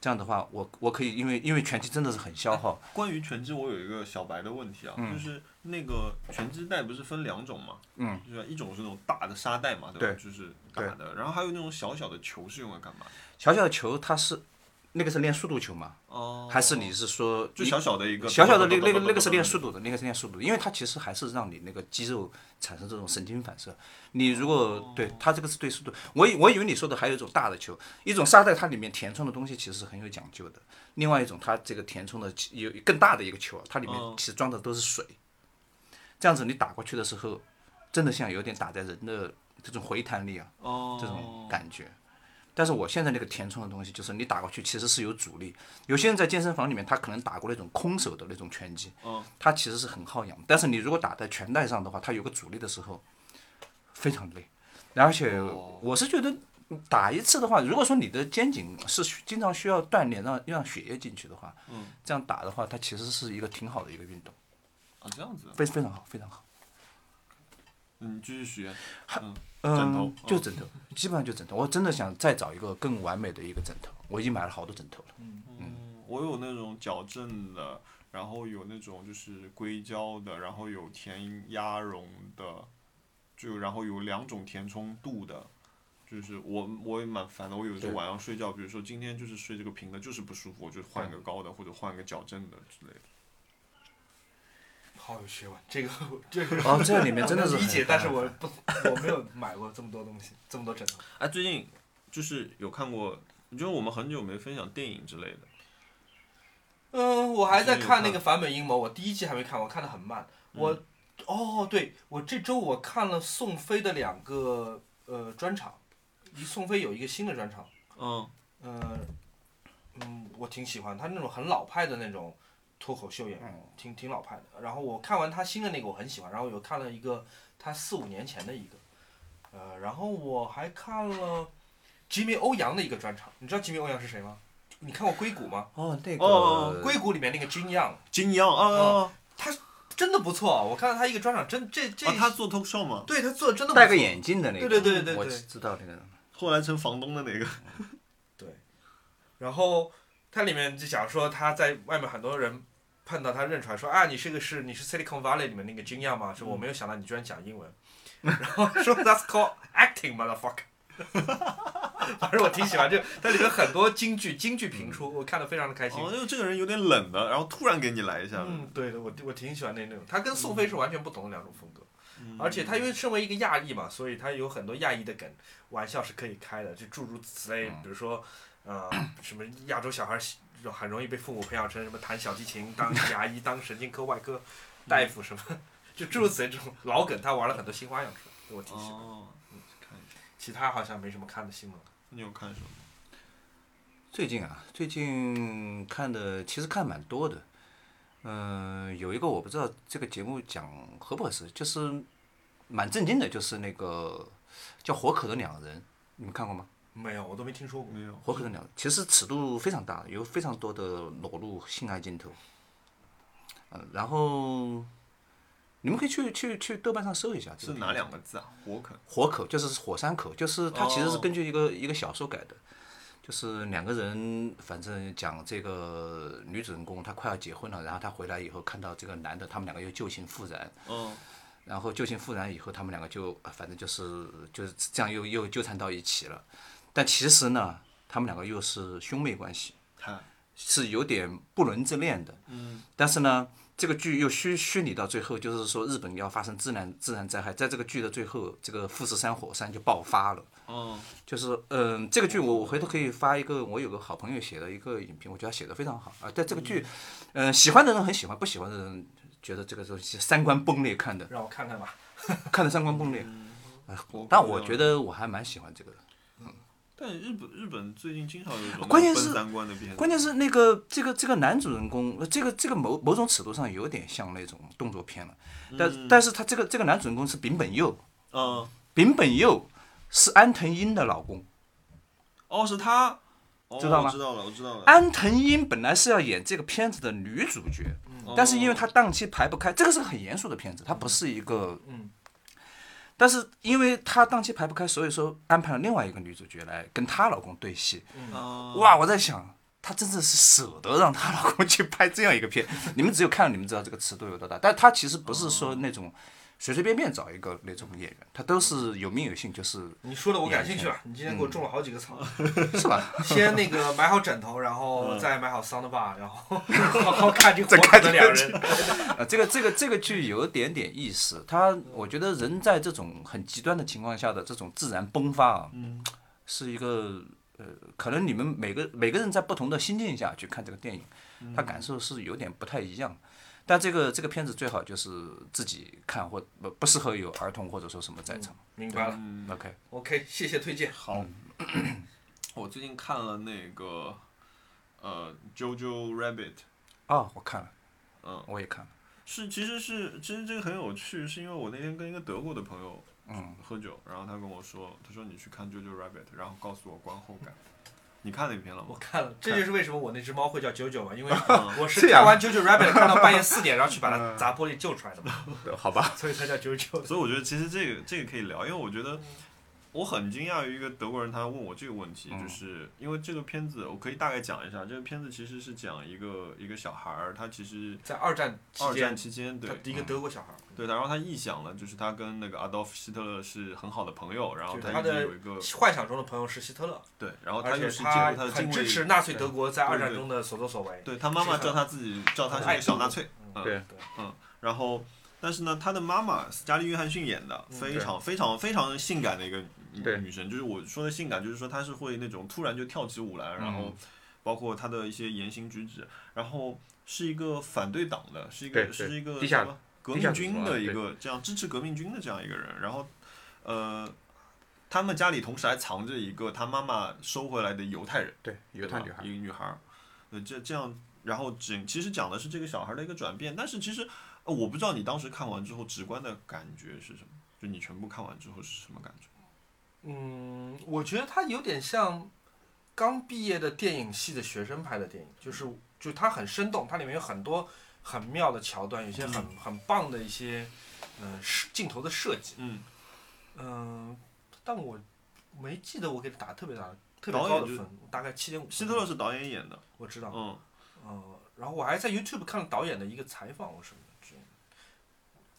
D: 这样的话我我可以因为因为拳击真的是很消耗。
C: 关于拳击，我有一个小白的问题啊，就是那个拳击带不是分两种嘛？
D: 嗯，
C: 就是一种是那种大的沙袋嘛，吧？
D: 对
C: 就是打的，然后还有那种小小的球是用来干嘛？
D: 小小的球它是那个是练速度球嘛？
C: 哦
D: 还是你是说
C: 就
D: 你
C: 小小的一个
D: 小小的那个那个那个是练速度的，那个是练速度的，因为它其实还是让你那个肌肉产生这种神经反射。你如
C: 哦
D: 果对它这个是对速度，我以我以为你说的还有一种大的球，一种沙袋它里面填充的东西其实是很有讲究的，另外一种它这个填充的其有更大的一个球，啊它里面
C: 哦
D: 其实装的都是水，这样子你打过去的时候，真的像有点打在人的这种回弹力啊，
C: 哦，
D: 这种感觉。但是我现在那个填充的东西，就是你打过去其实是有阻力。有些人在健身房里面，他可能打过那种空手的那种拳击，
C: 嗯
D: 他其实是很耗氧。但是你如果打在拳带上的话，它有个阻力的时候，非常累。而且我是觉得打一次的话，如果说你的肩颈是需经常需要锻炼，让让血液进去的话，
C: 嗯
D: 这样打的话，它其实是一个挺好的一个运动，
C: 啊，这样子，
D: 非非常好，非常好。
C: 嗯，继续许愿，
D: 嗯，
C: 枕头
D: 就
C: 嗯
D: 枕头，基本上就枕头。我真的想再找一个更完美的一个枕头，我已经买了好多枕头了。
C: 嗯，我有那种矫正的，然后有那种就是硅胶的，然后有填鸭绒的，就然后有两种填充度的，就是我我也蛮烦的。我有时候
D: 对
C: 晚上睡觉，比如说今天就是睡这个平的，就是不舒服，我就换个高的或者换个矫正的之类的。
B: 好有学问， 这个这个
D: 哦，这里面真的是
B: 我能
D: 很
B: 理解，但是我
D: 很
B: 不 我没有买过这么多东西，这么多枕头。
C: 哎，最近就是有看过，就是我们很久没分享电影之类的。
B: 嗯，我还在看那个版本阴谋，我第一季还没看，我看的很慢。
D: 嗯
B: 我、哦，对我这周我看了宋飞的两个呃专场，一宋飞有一个新的专场，
C: 嗯，
B: 呃，嗯，我挺喜欢他那种很老派的那种脱口秀演员，
D: 嗯
B: 挺挺老派的。然后我看完他新的那个我很喜欢，然后有看了一个他四五年前的一个，呃，然后我还看了吉米欧阳的一个专场。你知道吉米欧阳是谁吗？你看过《硅谷》吗？
D: 哦，那个
C: 哦
B: 《硅谷》里面那个 Jin Yang
C: 金央啊啊
B: 真的不错，啊我看到他一个专场，真这这、
C: 啊！他做 talk show 嘛，
B: 对他做的真的不错
D: 哦戴个眼镜的那个，
B: 对对对对对
D: 我知道那个人。
C: 后来成房东的那个，
B: 然后它里面就讲说他在外面很多人碰到他认出来说啊，你这个是你是 Silicon Valley 里面那个金样吗？说我没有想到你居然讲英文， 然后说 That's called acting motherfucker。反正我挺喜欢这个，它里面很多京剧，京剧评出，我看得非常的开心。
C: 哦，就这个人有点冷的，然后突然给你来一下，
B: 嗯，对的，我我挺喜欢那那种，他跟宋飞是完全不同的两种风格，
C: 嗯
B: 而且他因为身为一个亚裔嘛，所以他有很多亚裔的梗，玩笑是可以开的，就诸如此类，比如说，呃，什么亚洲小孩喜很容易被父母培养成什么弹小提琴、 当牙医、当神经科外科大夫什么，就诸如此类这种老梗，他玩了很多新花样出来，对我挺喜欢。
C: 哦，看一下，
B: 其他好像没什么看的新闻了，
C: 你有看什么？
D: 最近啊，最近看的其实看蛮多的，嗯、有一个我不知道这个节目讲合不合适，就是蛮震惊的，就是那个叫《活口的两人》，你们看过吗？
B: 没有，我都没听说过。
C: 没有
D: 《活口的两人》其实尺度非常大，有非常多的裸露性爱镜头。嗯，然后你们可以去去去豆瓣上搜一下，这
C: 是
D: 个片
C: 哪
D: 子
C: 两个字啊？火肯
D: 火口就是火山口，就是它其实是
C: 哦
D: 根据一个、一个小说改的，就是两个人反正讲这个女主人公她快要结婚了，然后她回来以后看到这个男的，他们两个又旧情复燃，
C: 嗯，
D: 然后旧情复燃以后，他们两个就啊反正就是就是这样又又纠缠到一起了，但其实呢，他们两个又是兄妹关系，
C: 他
D: 是有点不伦之恋的。嗯，但是呢，这个剧又虚虚拟到最后，就是说日本要发生自然自然灾害，在这个剧的最后，这个富士山火山就爆发了。
C: 嗯，
D: 就是嗯，这个剧我我回头可以发一个，我有个好朋友写的一个影评，我觉得他写的非常好啊。但这个剧，嗯，喜欢的人很喜欢，不喜欢的人觉得这个东西三观崩裂，看的
B: 让我看看吧。
D: 看的三观崩裂。
C: 火
D: 但我觉，得我还蛮喜欢这个的。
C: 但日本日本最近经常有这种
D: 关键是
C: 分三观的片子，
D: 关键是那个这个这个男主人公，呃这个这个某某种尺度上有点像那种动作片了，但、但是他这个这个男主人公是丙本佑，
C: 嗯，
D: 丙本佑是安藤樱的老公。
C: 哦，是他，哦
D: 知道吗哎
C: 我知道了，我知道了，
D: 安藤樱本来是要演这个片子的女主角，
B: 嗯
D: 但是因
B: 哦
D: 为她档期排不开，这个是个很严肃的片子，它不是一个，
B: 嗯，
D: 但是因为她档期排不开，所以说安排了另外一个女主角来跟她老公对戏。
B: 哦
C: 嗯，
D: 哇，我在想，她真的是舍得让她老公去拍这样一个片。你们只有看了，你们知道这个尺度有多大。但她其实不是说那种随随便便找一个那种演员，她都是有命有姓，就是
B: 你说的我感兴趣啊了，你今天给我种了好几个草。
D: 是吧？
B: 先那个买好枕头，然后再买好 soundbar，然 后好好嗯看这个火的两人。
D: 啊，这个这个这个剧有点点意思。他我觉得人在这种很极端的情况下的这种自然迸发啊，是一个呃，可能你们每个每个人在不同的心境下去看这个电影，他感受是有点不太一样。但这个这个片子最好就是自己看，或不不适合有儿童或者说什么在场。
B: 明白了
C: 嗯，
D: OK，
B: ，OK，谢谢推荐。
C: 好，我最近看了那个呃《JoJo Rabbit》，
D: 哦，我看了，
C: 嗯，
D: 我也看了，
C: 是其实是其实这个很有趣，是因为我那天跟一个德国的朋友
D: 嗯，
C: 喝酒，然后他跟我说，他说你去看《JoJo Rabbit》，然后告诉我观后感。你看那篇了
B: 我
C: 吗？
B: 看了，这就是为什么我那只猫会叫九九 嘛，因为
C: 嗯
B: 我是
A: 这样
B: 看完九九 rabbit 看到半夜四点，然后去 把它砸玻璃救出来的嘛，
D: 好吧，
B: 所以它叫九九。
C: 所以我觉得其实这个这个可以聊，因为我觉得
B: 嗯
C: 我很惊讶于一个德国人他问我这个问题，
B: 嗯
C: 就是因为这个片子我可以大概讲一下，这个片子其实是讲一个一个小孩儿，他其实
B: 在二战期
C: 二战
B: 间，
C: 期间对
B: 他一个德国小孩，
C: 对，然后他臆想了，就是他跟那个阿道夫希特勒是很好的朋友，然后
B: 就
C: 他
B: 是他
C: 一直
B: 的
C: 有一个
B: 幻想中的朋友是希特勒，
C: 对，然嗯哦后他
B: 而
C: 又
B: 且
C: 是进入他的
B: 很
C: 敬
B: 支
C: 畏
B: 持纳粹德国在
C: 对
B: 二战
C: 对
B: 中的所作所为。
C: 对他妈妈
B: 是
C: 叫他自己叫他是一个小纳粹，嗯，
D: 对
C: 然后但是呢，他的妈妈斯嘉丽·约翰逊演的，非常、非常非常性感的一个女
D: 对
C: 女生，就是我说的性感，就是说她是会那种突然就跳起
D: 嗯
C: 舞来，然后包括她的一些言行举止，然后是一个反对党的，是一个
D: 对
C: 是一个
D: 地下
C: 什么革
D: 地下
C: 命
D: 组织
C: 军
D: 嘛
C: 的一
D: 对
C: 个这样支持革命军的这样一个人，然后呃。他们家里同时还藏着一个他妈妈收回来的犹太人，
D: 对，犹
C: 对吧
D: 太女孩
C: 一，个女孩儿，对，这这样，然后整其实讲的是这个小孩儿的一个转变，但是其实、呃我不知道你当时看完之后直观的感觉是什么，就你全部看完之后是什么感觉？
B: 嗯，我觉得它有点像刚毕业的电影系的学生拍的电影，就是就它很生动，它里面有很多很妙的桥段，有些
C: 嗯
B: 很、很棒的一些嗯、呃摄镜头的设计，
C: 嗯，
B: 嗯、但我没记得我给它打特别大特别
C: 导演
B: 高的
C: 就
B: 分，大概七点五。
C: 希特勒是导演演的，
B: 我知道，
C: 嗯，
B: 嗯，然后我还在 YouTube 看了导演的一个采访，我什么之类的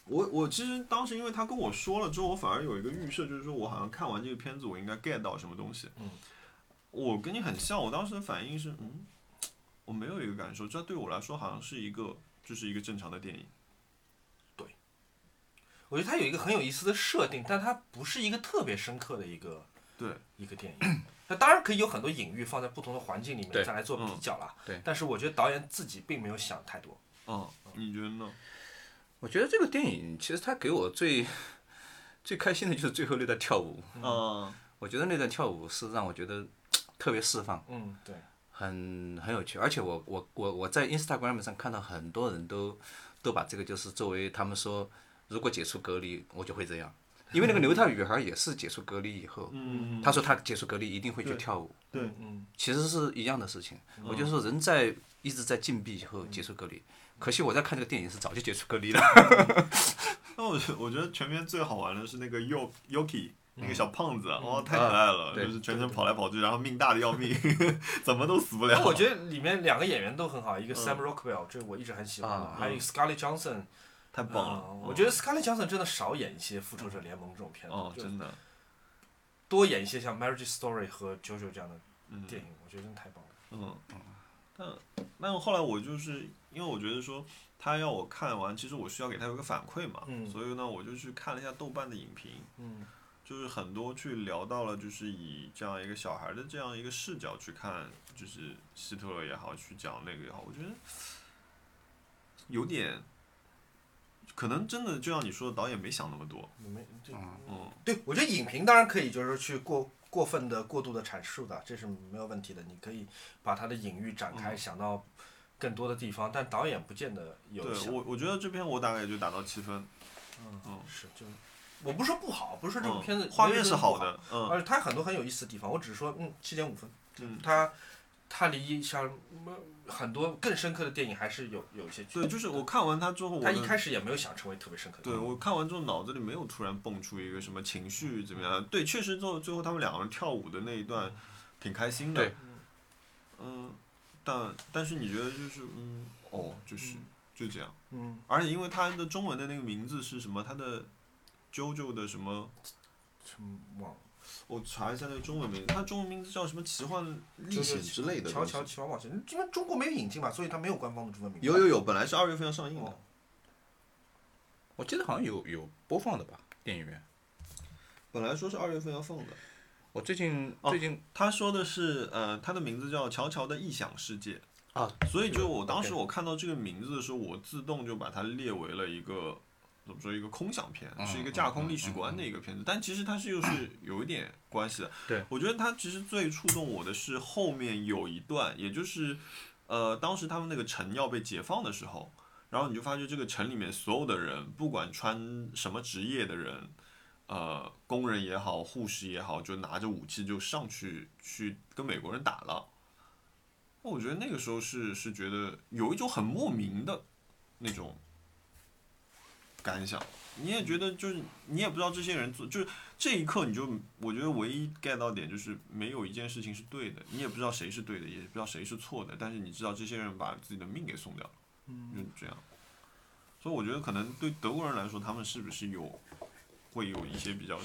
C: 我我其实当时因为他跟我说了之后，我反而有一个预设，就是说我好像看完这个片子，我应该 get 到什么东西。
B: 嗯，
C: 我跟你很像，我当时的反应是，嗯，我没有一个感受，这对我来说好像是一个就是一个正常的电影。
B: 我觉得它有一个很有意思的设定，但它不是一个特别深刻的一个
C: 对
B: 一个电影。那当然可以有很多隐喻放在不同的环境里面
D: 对
B: 再来做比
C: 嗯
B: 较啦。
D: 对
B: 但是我觉得导演自己并没有想太多。
C: 嗯，你觉得呢？
D: 我觉得这个电影其实它给我最 最开心的就是最后那段跳舞，
C: 嗯，
D: 我觉得那段跳舞是让我觉得特别释放，
B: 嗯， 对，
D: 很很有趣。而且我我我我在 Instagram 上看到很多人都都把这个就是作为他们说，如果解除隔离，我就会这样。因为那个犹太女孩也是解除隔离以后，
C: 嗯，
D: 她说她解除隔离一定会去
C: 对嗯
D: 跳舞，
C: 对
B: 嗯，
D: 其实是一样的事情。我就说人在一直在禁闭以后解除隔离，
C: 嗯
D: 可惜我在看这个电影是早就解除隔离了。
C: 那我觉我觉得全片最好玩的是那个 Yo Yoki 那个小胖子，哦，太可爱了，
D: 对
C: 就是全程跑来跑去，然后命大的要命， 怎么都死不了 嗯
B: 那。我觉得里面两个演员都很好，一个 Sam Rockwell，这个我一直很喜欢的，
D: 啊
B: 还有 Scarlett Johansson。
C: 太
B: 嗯
C: 嗯棒了，
B: 我觉得 Scarlett Johansson 真的少演一些《复仇者联盟》这种片子，
C: 哦，
B: 就
C: 真的，
B: 多演一些像《Marriage Story》和《JoJo》这样的
C: 嗯，
B: 电影，我觉得真的太棒了。
C: 嗯，但但后来我就是因为我觉得说他要我看完，其实我需要给他有个反馈嘛，
B: 嗯
C: 所以呢，我就去看了一下豆瓣的影评，
B: 嗯
C: 就是很多去聊到了，就是以这样一个小孩的这样一个视角去看，就是希特勒也好，去讲那个也好，我觉得有点，可能真的就像你说的，导演没想那么多，
B: 你们这
C: 嗯，
B: 对，我觉得影评当然可以，就是去过过分的、过度的阐述的，这是没有问题的。你可以把它的隐喻展
C: 嗯
B: 开，想到更多的地方，但导演不见得有
C: 对
B: 想。
C: 我我觉得这篇我大概也就打到七分，
B: 嗯
C: 嗯，
B: 是就，我不是说不好，不是说这部
C: 嗯
B: 片子
C: 画面
B: 没有
C: 是
B: 说不好
C: 好，的，嗯
B: 而且它有很多很有意思的地方。我只是说，嗯，七点五分，
C: 嗯，
B: 它它离像很多更深刻的电影还是有有一些距离。
C: 对，就是我看完他之后，我
B: 他一
C: 的
B: 开始也没有想成为特别深刻的。
C: 对我看完之后，脑子里没有突然蹦出一个什么情绪怎么样？对，确实最后最后他们两个人跳舞的那一段挺开心的。
D: 对
C: 嗯，但但是你觉得就是嗯哦，就是
B: 嗯
C: 就这样。
B: 嗯，
C: 而且因为他的中文的那个名字是什么？他的 JoJo 的什么？
B: 什么忘了，
C: 我查一下那个中文名字，他中文名字叫什么？奇幻历险之类的
B: 乔
C: 东西。
B: 乔乔往前，因为中国没有引进嘛，所以它没有官方的中文名。
C: 有有有，本来是二月份要上映
B: 哦
C: 的。
D: 我记得好像有有播放的吧，电影院。
C: 本来说是二月份要放的，
D: 我最近
C: 哦
D: 最近
B: 嗯
C: 他说的是，呃，他的名字叫《乔乔的异想世界》，
D: 啊，
C: 所以就我当时
D: OK
C: 我看到这个名字的时候，我自动就把它列为了一个怎么说一个空想片，
D: 嗯
C: 是一个架空历史观的一个片子。但其实它是又 是有一点关系的。
D: 对，
C: 我觉得它其实最触动我的是后面有一段，也就是呃，当时他们那个城要被解放的时候，然后你就发觉这个城里面所有的人，不管穿什么职业的人，呃，工人也好，护士也好，就拿着武器就上去去跟美国人打了。我觉得那个时候是是觉得有一种很莫名的那种感想，你也觉得就是你也不知道这些人做，就是这一刻你就我觉得唯一 get 到点就是没有一件事情是对的，你也不知道谁是对的，也不知道谁是错的，但是你知道这些人把自己的命给送掉了，就这样。所以我觉得可能对德国人来说，他们是不是有会有一些比较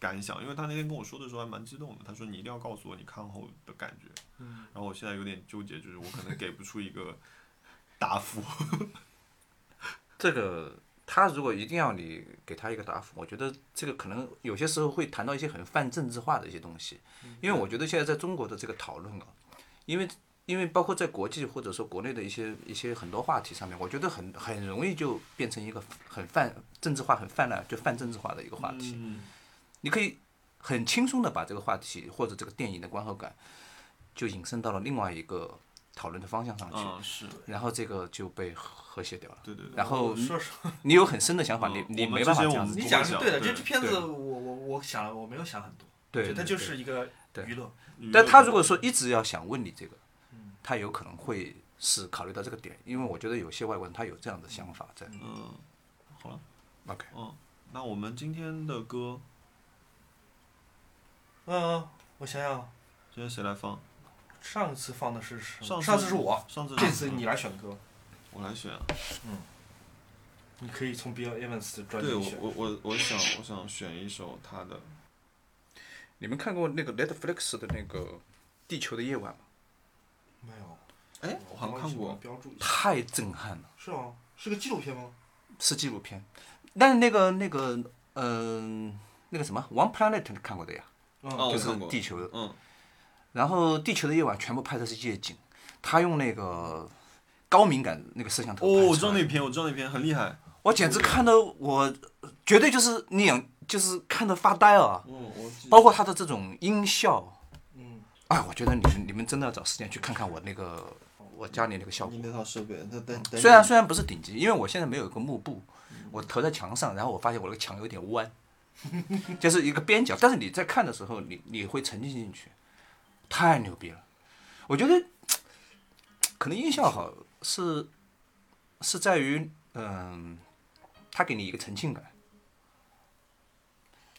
C: 感想？因为他那天跟我说的时候还蛮激动的，他说你一定要告诉我你看后的感觉。然后我现在有点纠结，就是我可能给不出一个答复。
D: 这个他如果一定要你给他一个答复，我觉得这个可能有些时候会谈到一些很泛政治化的一些东西，
C: 嗯
D: 因为我觉得现在在中国的这个讨论啊，因为因为包括在国际或者说国内的一些一些很多话题上面，我觉得很很容易就变成一个很泛政治化、很泛滥就泛政治化的一个话题。
C: 嗯
D: 你可以很轻松的把这个话题或者这个电影的观后感，就引申到了另外一个讨论的方向上去，
C: 嗯，是
D: 然后这个就被和谐掉了。
C: 对对对。
D: 然后
B: 我说实话，
D: 你有很深的想法，你
C: 嗯
D: 你
C: 我们
D: 没办法
C: 之
D: 这
C: 前
D: 样
C: 我
D: 子做。
C: 们不
B: 你
C: 会
B: 讲是
C: 想
B: 对的，
C: 对
B: 这这片子
D: 对
B: 我我我想了，我没有想很多，
D: 对，
B: 就它
D: 对
B: 就
D: 对
B: 是一个
D: 对
B: 娱乐。
D: 但他如果说一直要想问你这个，他有可能会是考虑到这个点，因为我觉得有些外国人他有这样的想法在。
C: 嗯，好了，
D: OK，
C: 嗯，那我们今天的歌，
B: 嗯，我想想，
C: 今天谁来放？
B: 上一次放的是什么
C: 上次
B: 上次是我，
C: 上次啊
B: 这次你来选歌，
C: 我来选啊。
B: 你可以从 Bill Evans 的专
C: 对
B: 辑
C: 我
B: 选。
C: 我我我想我想选一首他的，
D: 你们看过那个 Netflix 的那个《地球的夜晚》吗？
B: 没有，
C: 哎，我好像看过，
B: 标注一下。
D: 太震撼了，
B: 是吗？是个纪录片吗？
D: 是纪录片。但是那个那个嗯、那个什么《One Planet》你看过的呀？
C: 哦，
D: 就
C: 我
D: 是
C: 看过
D: 地球的
C: 嗯，
D: 然后《地球的夜晚》全部拍的是夜景，他用那个高敏感那个摄像头
C: 哦，
D: 拍出来。
C: 我知道那篇，我知道那篇很厉害，
D: 我简直看得我绝对就是两就是看得发呆啊！
C: 嗯，我记得
D: 包括他的这种音效，
B: 嗯，
D: 哎，我觉得你们你们真的要找时间去看看我那个我家里那个效果
C: 你。那套设备，那等等，
D: 虽然虽然不是顶级，因为我现在没有一个幕布，我投在墙上，然后我发现我那个墙有点弯， 就是一个边角。但是你在看的时候，你你会沉浸进去，太牛逼了！我觉得可能音效好是是在于，嗯，它给你一个沉浸感。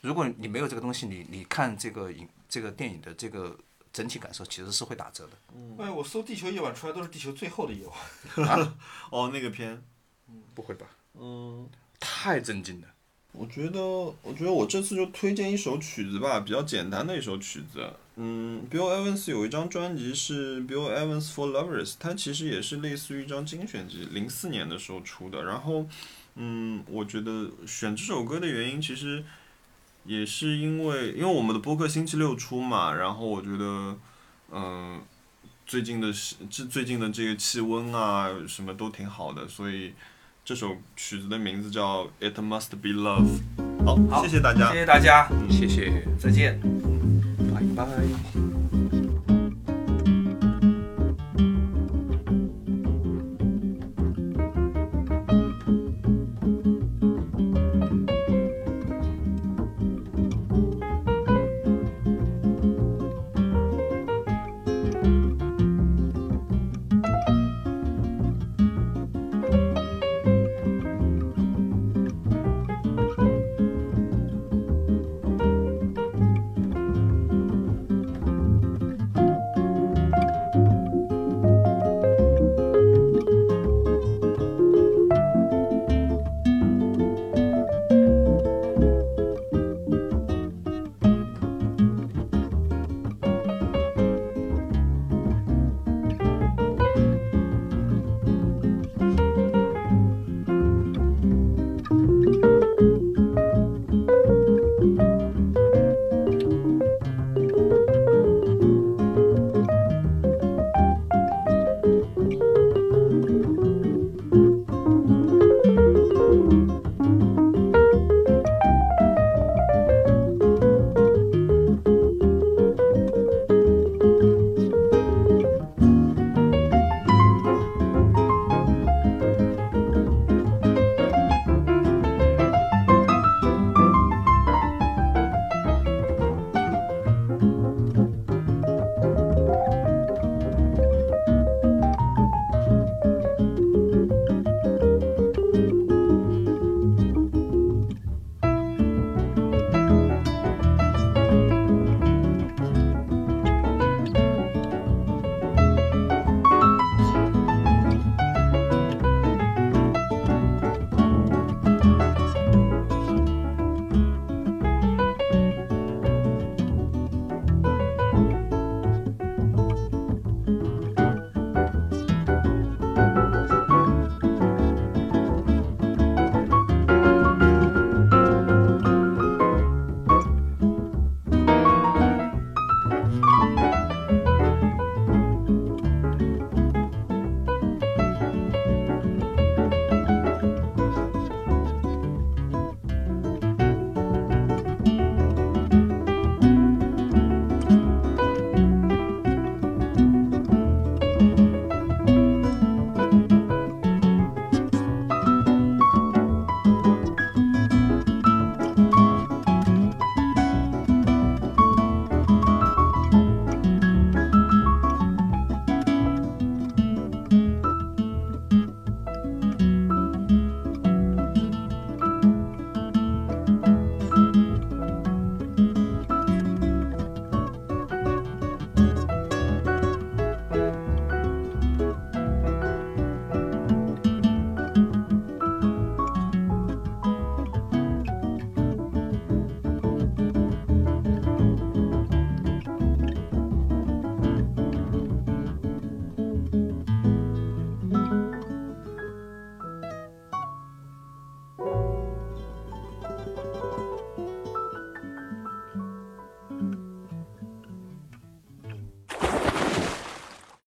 D: 如果你没有这个东西，你你看这个影这个电影的这个整体感受其实是会打折的。
C: 嗯
B: 哎，我搜《地球夜晚》出来都是《地球最后的夜晚》。
C: 哦那个篇，
D: 不会吧？
C: 嗯，
D: 太震惊了！
C: 我觉得，我觉得我这次就推荐一首曲子吧，比较简单的一首曲子。嗯，Bill Evans 有一张专辑是 Bill Evans for Lovers，它其实也是类似于一张精选集，零四年的时候出的。然后，嗯，我觉得选这首歌的原因其实也是因为，因为我们的播客星期六出嘛，然后我觉得，嗯。最近的是这最近的这个气温啊，什么都挺好的，所以这首曲子的名字叫《It Must Be Love》。好，谢谢大家
B: 嗯谢。谢大家，
D: 谢谢，
B: 再见。
D: 拜拜。